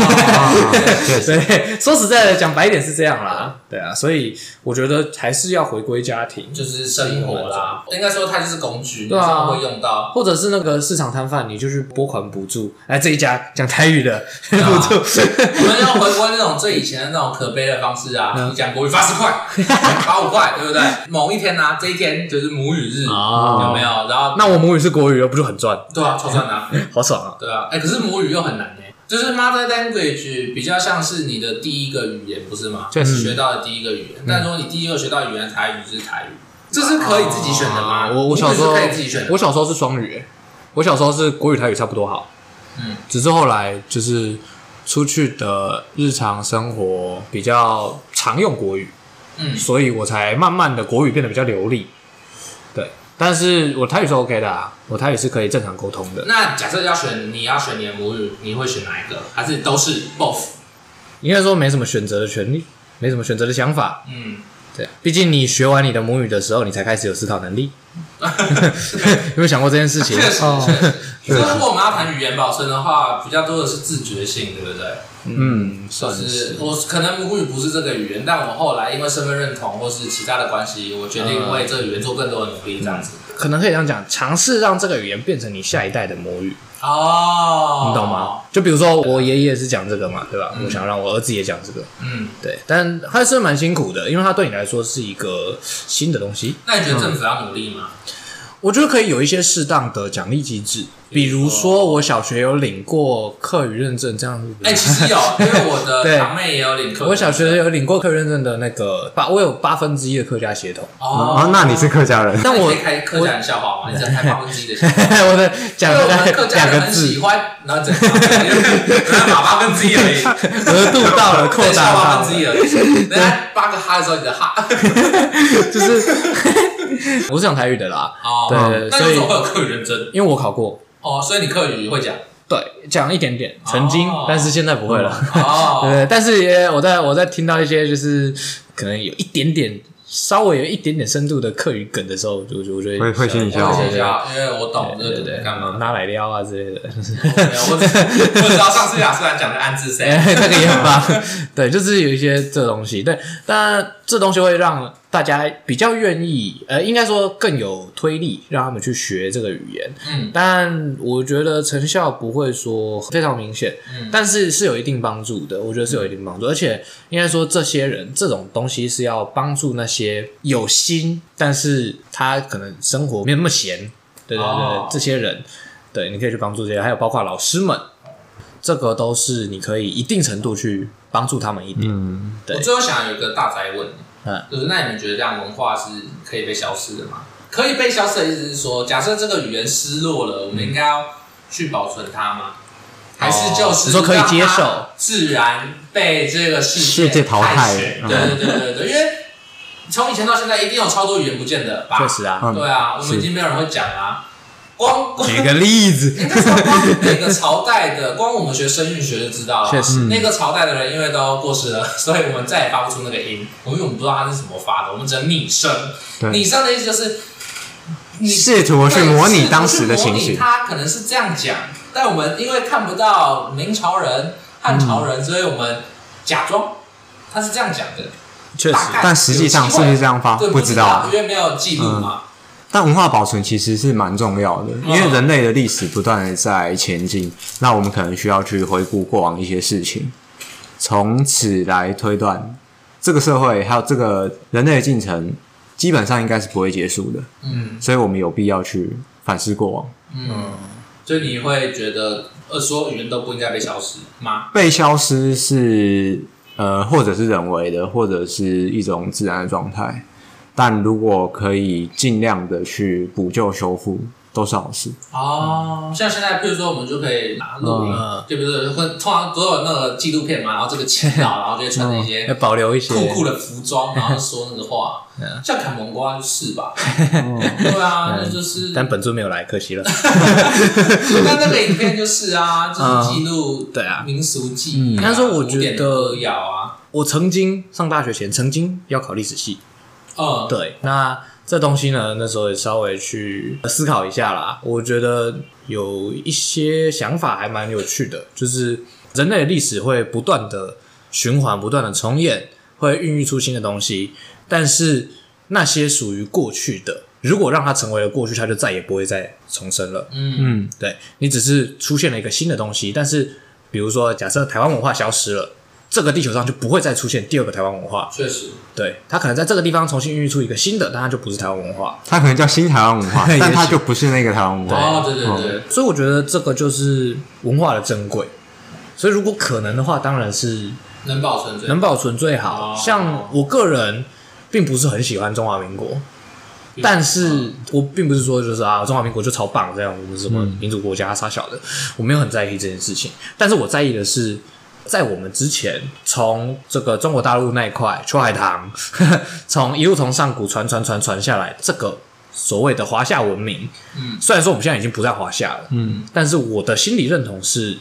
Speaker 3: 确实，
Speaker 2: 所以说实在的，讲白一点是这样啦。对啊，所以我觉得还是要回归家庭，
Speaker 1: 就是生活
Speaker 2: [LAUGHS]
Speaker 1: 啦，应该说它就是工具，你
Speaker 2: 对啊
Speaker 1: 生活会用到。
Speaker 2: 或者是那个市场摊贩，你就去拨款补助。哎，这一家讲台 [LAUGHS] 语的补
Speaker 1: 啊
Speaker 2: 助，
Speaker 1: 我们要回归那种最以前的那种可悲的方式
Speaker 2: [LAUGHS] 嗯
Speaker 1: 啊！你讲国语罚十块，罚五块，对不对？某一天呢、啊，这一天就是母语日，
Speaker 2: 哦
Speaker 1: 有没有？然后
Speaker 2: 那我母语是国语，不就很赚，
Speaker 1: 对啊，超赚的啊、
Speaker 2: 好爽啊！
Speaker 1: 对啊，哎、可是母语又很难哎、就是 mother language 比较像是你的第一个语言，不是吗？
Speaker 2: 确实嗯
Speaker 1: 学到的第一个语言。但如果你第一个学到的语言台语就是台语，这是可以自己选的吗？
Speaker 2: 啊我我小时
Speaker 1: 英
Speaker 2: 候
Speaker 1: 文是可以自己选的
Speaker 2: 我小时候是双语，欸我小时候是国语台语差不多好，
Speaker 1: 嗯，
Speaker 2: 只是后来就是出去的日常生活比较常用国语，
Speaker 1: 嗯
Speaker 2: 所以我才慢慢的国语变得比较流利，对，但是我台语是 OK 的啊，我台语是可以正常沟通的，
Speaker 1: 那假设要选，你要选你的母语，你会选哪一个？还是都是 both？
Speaker 2: 应该说没什么选择的权利，没什么选择的想法，
Speaker 1: 嗯，
Speaker 2: 对，毕竟你学完你的母语的时候，你才开始有思考能力。 [LAUGHS] 有没有想过这件事
Speaker 1: [LAUGHS]
Speaker 2: 情？
Speaker 1: 啊确实
Speaker 2: 哦
Speaker 1: 确实。所以如果我们要谈语言保存的话，比较多的是自觉性，对不对？
Speaker 3: 嗯，
Speaker 1: 就
Speaker 2: 算
Speaker 1: 是我可能母语不是这个语言，但我后来因为身份认同或是其他的关系，我决定为这个语言做更多的努力，这样子。
Speaker 2: 可能可以这样讲，尝试让这个语言变成你下一代的母语，
Speaker 1: 哦，
Speaker 2: 你懂吗？？就比如说我爷爷是讲这个嘛，对吧？我想让我儿子也讲这个，
Speaker 1: 嗯，
Speaker 2: 对，但他是蛮辛苦的，因为他对你来说是一个新的东西。
Speaker 1: 那你觉得政府要努力吗？
Speaker 2: 嗯我觉得可以有一些适当的奖励机制，比如说我小学有领过课语认证这样子。
Speaker 1: 哎，其实
Speaker 2: [LAUGHS]
Speaker 1: 有，因为我的
Speaker 2: 对
Speaker 1: 堂妹也有领课，
Speaker 2: 我小学有领过课语认证的那个八，我有八分之一的客家血
Speaker 1: [LAUGHS]
Speaker 2: 统。
Speaker 1: 哦
Speaker 3: 啊，，那你是客家人，
Speaker 2: 但
Speaker 1: 那你
Speaker 2: 我
Speaker 1: 可以开客家人笑话吗？你只能开八分之一的笑话。
Speaker 2: [LAUGHS] 我的讲
Speaker 1: 对，
Speaker 2: 了
Speaker 1: 我
Speaker 2: 大概
Speaker 1: 们客家
Speaker 2: 两
Speaker 1: 人
Speaker 2: 个
Speaker 1: 很喜
Speaker 2: 字，
Speaker 1: 欢，然后整个只能打八分之一而已，
Speaker 2: 我的度到了，
Speaker 1: [LAUGHS]
Speaker 2: 扩
Speaker 1: 只能笑
Speaker 2: 大
Speaker 1: 八
Speaker 2: 到
Speaker 1: 分
Speaker 2: 了
Speaker 1: 之一
Speaker 2: [LAUGHS]
Speaker 1: 而已。人家八个哈的时候，你的哈。
Speaker 2: 就是我是 [LAUGHS] 讲台语的啦，
Speaker 1: 哦，
Speaker 2: 对
Speaker 1: 那
Speaker 2: 所以
Speaker 1: 你怎么会有客语认真？
Speaker 2: 因为我考过，
Speaker 1: 哦，所以你客语会
Speaker 2: [LAUGHS]
Speaker 1: 讲
Speaker 2: 对，讲一点点，曾经，
Speaker 1: 哦
Speaker 2: 但是现在不会了。
Speaker 1: 哦，
Speaker 2: 对，但是也我在我在听到一些就是可能有一点点稍微有一点点深度的课语梗的时候，我就我就我就
Speaker 3: 会会心一
Speaker 1: 我
Speaker 3: 笑
Speaker 1: 会
Speaker 2: 对
Speaker 1: 写
Speaker 2: 对
Speaker 1: 下，因为我懂这
Speaker 2: 对对
Speaker 1: 个
Speaker 2: 对，
Speaker 1: 干嘛。
Speaker 2: 拿来撩啊之类的，
Speaker 1: 没有我只我只知道上次雅思兰讲的暗自谁，
Speaker 2: [LAUGHS] 哎，那个也很棒。对，就是有一些这东西，对，当然这东西会让大家比较愿意，呃，应该说更有推力，让他们去学这个语言。
Speaker 1: 嗯
Speaker 2: 但我觉得成效不会说非常明显，
Speaker 1: 嗯
Speaker 2: 但是是有一定帮助的。我觉得是有一定帮助，而且应该说这些人这种东西是要帮助那些有心，但是他可能生活没有那么闲，对对对，
Speaker 1: 哦
Speaker 2: 这些人，对，你可以去帮助这些，还有包括老师们。这个都是你可以一定程度去帮助他们一点。
Speaker 3: 嗯，
Speaker 2: 对
Speaker 1: 我最后想有一个大灾问，
Speaker 2: 嗯
Speaker 1: 就是那你们觉得这样文化是可以被消失的吗？可以被消失的意思是说，假设这个语言失落了，我们应该要去保存它吗？还是就是
Speaker 2: 哦你说可以接受
Speaker 1: 让它自然被这个世
Speaker 3: 世界淘汰
Speaker 1: 选
Speaker 3: 嗯
Speaker 1: 对对对对对，因为从以前到现在，一定有超多语言不见的吧？
Speaker 2: 确实啊，
Speaker 3: 嗯
Speaker 1: 对啊，我们已经没有人会讲啦、光光
Speaker 3: 举个例 [LAUGHS] 子，
Speaker 1: 应该说光每个朝代的，光我们学声韵学就知道了。
Speaker 2: 确
Speaker 3: 嗯
Speaker 2: 实
Speaker 1: 那个朝代的人因为都过世了， [LAUGHS] 所以我们再也发不出那个音，我们我们不知道它是怎么发的，我们只能拟声。
Speaker 3: 对
Speaker 1: 拟声的意思就是你
Speaker 3: 试图去模拟当时的情
Speaker 1: 对是模
Speaker 3: 形
Speaker 1: 拟，他可能是这样讲，但我们因为看不到明朝人、汉朝人，所以我们假装他是这样讲的，
Speaker 2: 确实
Speaker 1: 大概
Speaker 3: 但实际上是不是这样发
Speaker 1: 对，
Speaker 3: 啊不
Speaker 1: 知
Speaker 3: 知道
Speaker 1: 因为没有记录嘛。
Speaker 3: 但文化保存其实是蛮重要
Speaker 1: 嗯
Speaker 3: 的，因为人类的历史不断的在前进，那我们可能需要去回顾过往一些事情，从此来推断这个社会还有这个人类的进程，基本上应该是不会结束的，
Speaker 1: 嗯
Speaker 3: 所以我们有必要去反思过往。
Speaker 1: 嗯，所以你会觉得呃，所有语言都不应该被消失吗？
Speaker 3: 被消失是呃，或者是人为的，或者是一种自然的状态，但如果可以尽量的去补救修复，都是好事。
Speaker 1: 哦，像现在，比如说，我们就可以拿录音
Speaker 2: 嗯，
Speaker 1: 就比如说，会通常都有那个纪录片嘛，然后这个祈祷，然后就会穿着一
Speaker 2: 要
Speaker 1: 些
Speaker 2: 保留一些
Speaker 1: 酷酷的服装，然后说那个
Speaker 2: [LAUGHS]
Speaker 1: 话，像砍黄瓜就是吧？对啊，那就是，
Speaker 2: 嗯但本尊没有来，可惜了。
Speaker 1: 那那个影片就是啊，就
Speaker 2: [LAUGHS]
Speaker 1: 是记录
Speaker 2: 对啊
Speaker 1: 民俗记忆啊，
Speaker 2: 但是我觉得
Speaker 1: 古典的歌谣啊，
Speaker 2: 我曾经上大学前，曾经要考历史系，
Speaker 1: 嗯，
Speaker 2: 对，那这东西呢，那时候也稍微去思考一下啦。我觉得有一些想法还蛮有趣的，就是人类的历史会不断的循环，不断的重演，会孕育出新的东西。但是那些属于过去的，如果让它成为了过去，它就再也不会再重生了。
Speaker 1: 嗯
Speaker 3: 嗯，
Speaker 2: 对你只是出现了一个新的东西，但是比如说，假设台湾文化消失了，这个地球上就不会再出现第二个台湾文化。
Speaker 1: 确实，
Speaker 2: 对，它可能在这个地方重新孕育出一个新的，但它就不是台湾文化。
Speaker 3: 它可能叫新台湾
Speaker 2: [LAUGHS]
Speaker 3: 文化
Speaker 2: 也，许
Speaker 3: 但它就不是那个台湾文化。嗯
Speaker 1: 哦，对对对，
Speaker 2: 所以我觉得这个就是文化的珍贵。所以如果可能的话，当然是
Speaker 1: 能保存最
Speaker 2: 能保存最好。
Speaker 1: 哦
Speaker 2: 像我个人并不是很喜欢中华民国，
Speaker 1: 嗯
Speaker 2: 但是我并不是说就是啊，中华民国就超棒这样，我们什么民主国家啥小的，我没有很在意这件事情。但是我在意的是，在我们之前，从这个中国大陆那一块秋海棠， [LAUGHS] 从一路从上古传传传传下来，这个所谓的华夏文明，
Speaker 1: 嗯
Speaker 2: 虽然说我们现在已经不在华夏了，
Speaker 3: 嗯，
Speaker 2: 但是我的心理认同是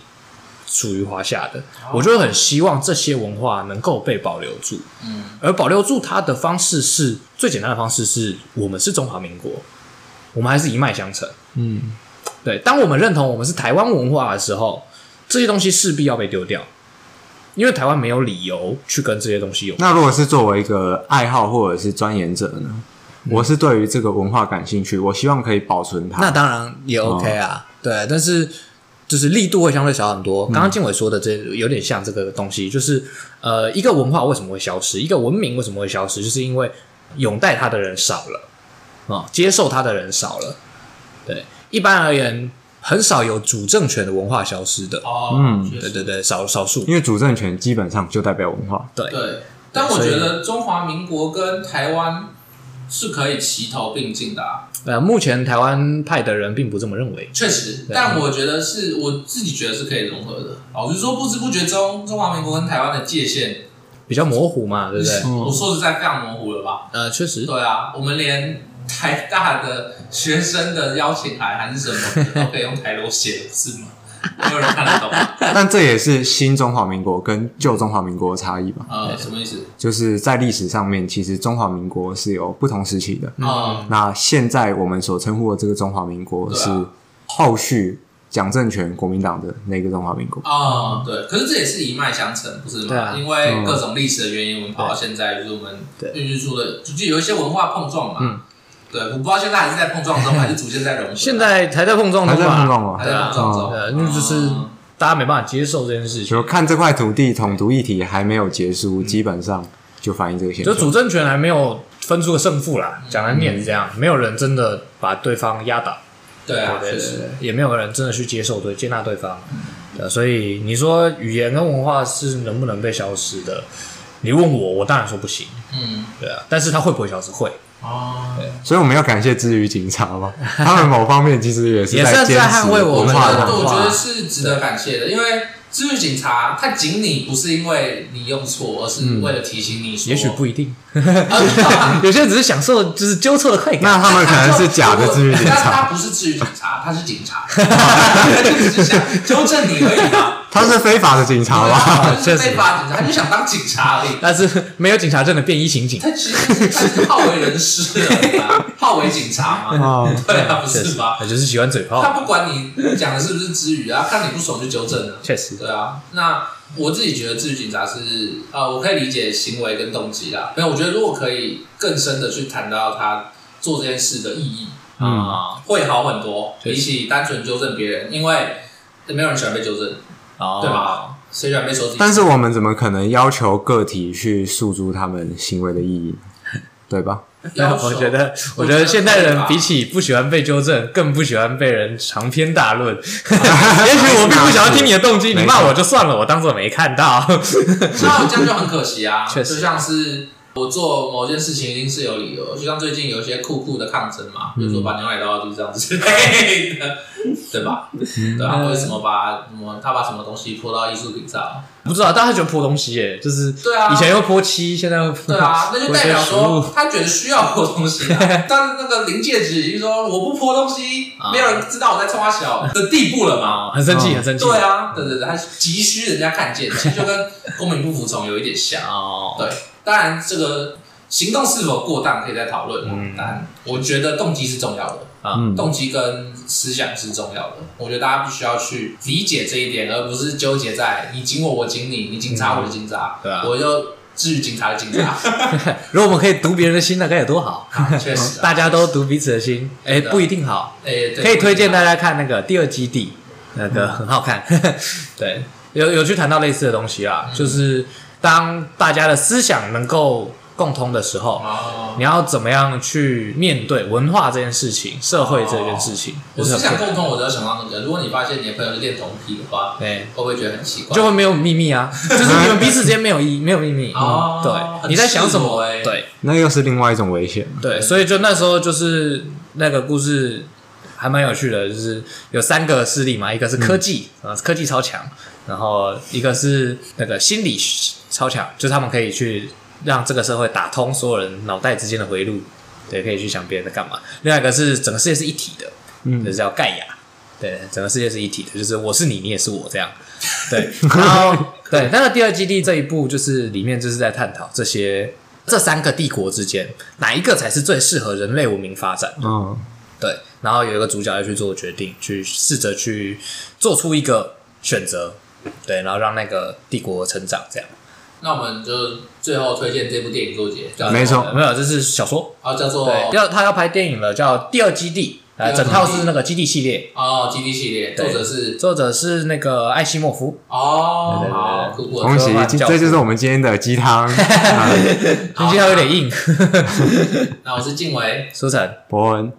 Speaker 2: 属于华夏的，我就很希望这些文化能够被保留住。
Speaker 1: 嗯
Speaker 2: 而保留住它的方式是最简单的方式是，我们是中华民国，我们还是一脉相承。
Speaker 3: 嗯，
Speaker 2: 对，当我们认同我们是台湾文化的时候，这些东西势必要被丢掉，因为台湾没有理由去跟这些东西有。
Speaker 3: 那如果是作为一个爱好或者是钻研者呢？我是对于这个文化感兴趣，我希望可以保存它。
Speaker 2: 那当然也
Speaker 3: 哦
Speaker 2: OK 啊，对，但是就是力度会相对小很多。
Speaker 3: 嗯
Speaker 2: 刚刚静伟说的这有点像这个东西，就是呃，一个文化为什么会消失，一个文明为什么会消失，就是因为拥戴它的人少了啊、接受它的人少了。对，一般而言，很少有主政权的文化消失的。
Speaker 1: 哦，
Speaker 3: 嗯
Speaker 1: 确实
Speaker 2: 对对对，少少数。
Speaker 3: 因为主政权基本上就代表文
Speaker 1: [LAUGHS]
Speaker 3: 化。
Speaker 2: 对
Speaker 1: 对，但我觉得中华民国跟台湾是可以齐头并进的啊。
Speaker 2: 呃，目前台湾派的人并不这么认为。
Speaker 1: 确实，但我觉得是我自己觉得是可以融合的。老实说，不知不觉中，中华民国跟台湾的界限，
Speaker 2: 比较模糊嘛，对不对？
Speaker 3: 嗯
Speaker 1: 我说实在非常模糊了吧？
Speaker 2: 呃，确实，
Speaker 1: 对啊，我们连台大的学生的邀请函还是什么的都可以用台罗写，不是吗？没有人看得懂啊、
Speaker 3: 但这也是新中华民国跟旧中华民国的差异吧？
Speaker 1: 呃，什么意思？
Speaker 3: 就是在历史上面，其实中华民国是有不同时期的。
Speaker 1: 啊、
Speaker 3: 那现在我们所称呼的这个中华民国
Speaker 1: 对啊
Speaker 3: 是后续蒋政权国民党的那个中华民国。
Speaker 1: 啊、对，可是这也是一脉相承，不是吗？
Speaker 2: 对啊
Speaker 1: 因
Speaker 3: 嗯
Speaker 1: 为各种历史的原因，我们跑到现在，就是我们
Speaker 2: 对
Speaker 1: 孕育出的，就就有一些文化碰撞嘛。
Speaker 2: 嗯
Speaker 1: 对，我不知道现在还是在碰撞中，还是逐渐在融合。啊
Speaker 2: 现在还在碰撞
Speaker 3: 还
Speaker 2: 中
Speaker 3: 在哦碰
Speaker 2: 嘛，
Speaker 3: 撞哦
Speaker 1: 还
Speaker 3: 吗？
Speaker 1: 在碰撞中，
Speaker 2: 呃，那就是
Speaker 1: 嗯
Speaker 2: 大家没办法接受这件事情。
Speaker 3: 就看这块土地统独议题还没有结束，基本上就反映这个现
Speaker 2: 就
Speaker 3: 象。
Speaker 2: 主政权还没有分出个胜负啦，
Speaker 1: 嗯
Speaker 2: 讲难点是这样，没有人真的把对方压倒，
Speaker 1: 对啊，
Speaker 2: 对
Speaker 1: 确
Speaker 2: 对
Speaker 1: 实，
Speaker 2: 对，也没有人真的去接受对接纳对方，对，啊所以你说语言跟文化是能不能被消失的？你问我，我当然说不行，
Speaker 1: 嗯，
Speaker 2: 对啊，但是它会不会消失？会，
Speaker 1: 哦，
Speaker 3: 所以我们要感谢之余警察嘛，他们某方面其实也是
Speaker 2: 也是在
Speaker 3: 坚持
Speaker 2: 捍卫我
Speaker 1: 我
Speaker 3: 文
Speaker 1: 觉
Speaker 2: 们
Speaker 3: 化
Speaker 2: 的
Speaker 3: 的
Speaker 1: 得，我
Speaker 3: 文
Speaker 1: 觉
Speaker 3: 化
Speaker 1: 得。是值得感谢的，因为治愈警察他警你不是因为你用错，而是为了提醒你说，
Speaker 2: 嗯也许不一定，
Speaker 1: 啊，
Speaker 2: [LAUGHS] 有些人只是享受就是纠错的快感。
Speaker 3: 那他们可能是假的治愈警
Speaker 1: 但他 [LAUGHS]
Speaker 3: 察，
Speaker 1: 不是治愈警察，他是警察， [LAUGHS] 他就只是想纠正你而已嘛，
Speaker 3: 他是非法的警察吧？
Speaker 1: [LAUGHS] 他就
Speaker 2: [LAUGHS] 确
Speaker 1: 是
Speaker 2: 实
Speaker 1: 被罚警察，他就想当警察而已。
Speaker 2: 但是没有警察证的便衣刑警，
Speaker 1: 他其实是他是好为人师的嘛，好为警察嘛，
Speaker 3: 哦，
Speaker 1: 对啊，不
Speaker 2: 嗯确
Speaker 1: 是
Speaker 2: 实
Speaker 1: 吧？
Speaker 2: 他就是喜欢嘴
Speaker 1: 他
Speaker 2: 炮，
Speaker 1: 不管你讲的是不是知语啊，看你不爽就纠正啊。
Speaker 2: 确实，
Speaker 1: 对啊，那我自己觉得自律警察是呃，我可以理解行为跟动机啦。没有，我觉得如果可以更深的去谈到他做这件事的意义啊、会好很多，
Speaker 2: 嗯确
Speaker 1: 比
Speaker 2: 实
Speaker 1: 起单纯纠正别人，因为没有人喜欢被纠正，
Speaker 2: 哦
Speaker 1: 对？吧？谁喜欢被说自己？
Speaker 3: 但是我们怎么可能要求个体去诉诸他们行为的意义， [LAUGHS] 对吧？
Speaker 1: 要求
Speaker 2: 我觉得，
Speaker 1: 我
Speaker 2: 我
Speaker 1: 觉
Speaker 2: 觉
Speaker 1: 得
Speaker 2: 得现代
Speaker 1: 可以吧
Speaker 2: 人比起不喜欢被纠正，更不喜欢被人长篇大
Speaker 1: [LAUGHS]
Speaker 2: 论。也许我并不想要听你的动机，
Speaker 3: 没错
Speaker 2: 你骂我就算了，我当做没看
Speaker 1: [LAUGHS]
Speaker 2: 到。
Speaker 1: 那这样就很可惜啊。
Speaker 2: 确实
Speaker 1: 就像是我做某件事情一定是有理由，就像最近有一些酷酷的抗争嘛，比如
Speaker 2: 嗯
Speaker 1: 说把牛奶倒到地上之类的，对吧？对啊，
Speaker 2: 嗯
Speaker 1: 或者什么把什么他把什么东西泼到艺术品上，
Speaker 2: 不知道，但他喜欢泼东西耶，就是
Speaker 1: 对啊
Speaker 2: 以前又泼漆，现在又泼
Speaker 1: 对啊，那就代表
Speaker 2: 泼一些
Speaker 1: 说他觉得需要泼东
Speaker 2: [LAUGHS]
Speaker 1: 西、啊，但那个临界值已经说我不泼东西，没有人知道我在冲他
Speaker 2: [LAUGHS]
Speaker 1: 小的地步了嘛。
Speaker 2: 啊很生气，
Speaker 3: 哦
Speaker 2: 很生气。
Speaker 1: 对啊，对对对，他急需人家看见，其实就跟公民不服从有一点像。
Speaker 2: 哦，
Speaker 1: 对，当然这个行动是否过当可以再讨论，哦
Speaker 2: 嗯
Speaker 1: 但我觉得动机是重要的，
Speaker 3: 嗯，
Speaker 1: 动机跟思想是重要的。我觉得大家必须要去理解这一点，而不是纠结在你警我，我警你，你警察我就警察，
Speaker 2: 对啊
Speaker 1: 我就至于警察的警
Speaker 2: [LAUGHS]
Speaker 1: 察，
Speaker 2: 如果我们可以读别人的心，那该有多好！
Speaker 1: 啊确实、啊，
Speaker 2: 大家都读彼此的心，哎，
Speaker 1: 对啊
Speaker 2: 不一定好。
Speaker 1: 诶、对
Speaker 2: 可以推荐
Speaker 1: 哎
Speaker 2: 大家看那个第二基地，那个
Speaker 1: 嗯
Speaker 2: 很
Speaker 1: [LAUGHS]
Speaker 2: 好看。对，啊
Speaker 1: 嗯
Speaker 2: 有有去谈到类似的东西啦，就是当大家的思想能够共通的时候，
Speaker 1: 啊，
Speaker 2: 你要怎么样去面对文化这件事情、社会这件事情？
Speaker 1: 哦我
Speaker 2: 就是
Speaker 1: 思
Speaker 2: 很
Speaker 1: 想共通，我只要想到那个，如果你发现你的朋友是恋童癖的话，
Speaker 2: 对，
Speaker 1: 会不会觉得很奇怪？
Speaker 2: 就会没有秘密啊，就是你们彼此之间没有意没有秘密。
Speaker 1: 哦
Speaker 2: 嗯对，
Speaker 1: 很
Speaker 2: 你在想什
Speaker 1: 赤裸
Speaker 2: 么？
Speaker 1: 欸
Speaker 2: 对
Speaker 3: 那又是另外一种危险。
Speaker 2: 对，所以就那时候就是那个故事还蛮有趣的，就是有三个势力嘛，一个是科技啊、科技超强，然后一个是那个心理超强，就是他们可以去让这个社会打通所有人脑袋之间的回路，对，可以去想别人在干嘛。另外一个是整个世界是一体的，就是叫盖亚。对，整个世界是一体的，就是我是你，你也是我这样。
Speaker 3: [LAUGHS]
Speaker 2: 对，然后对，那个第二基地这一步就是里面就是在探讨这些这三个帝国之间哪一个才是最适合人类文明发展。
Speaker 3: 嗯，
Speaker 2: 对，然后有一个主角要去做决定，去试着去做出一个选择，对，然后让那个帝国成长这样。
Speaker 1: 那我们就最后推荐这部电影做结，叫
Speaker 3: 没错
Speaker 2: 呃
Speaker 3: 哦
Speaker 2: 没有，这是小说，
Speaker 1: 啊，叫做
Speaker 2: 嗯对，要他要拍电影了，叫《第二基地》，呃，整套是那个基地系列，
Speaker 1: 哦，G D 系列，作
Speaker 2: 对
Speaker 1: 者是
Speaker 2: 作者是那个艾希莫夫。
Speaker 1: 哦
Speaker 2: 对，对对
Speaker 1: 好，酷酷的
Speaker 3: 恭喜，
Speaker 2: 我
Speaker 3: 这
Speaker 2: 教
Speaker 3: 这就是我们今天的鸡汤。啊
Speaker 2: 你今天有点硬， [LAUGHS]
Speaker 1: 那我是静伟，
Speaker 2: 苏晨。
Speaker 3: 伯文，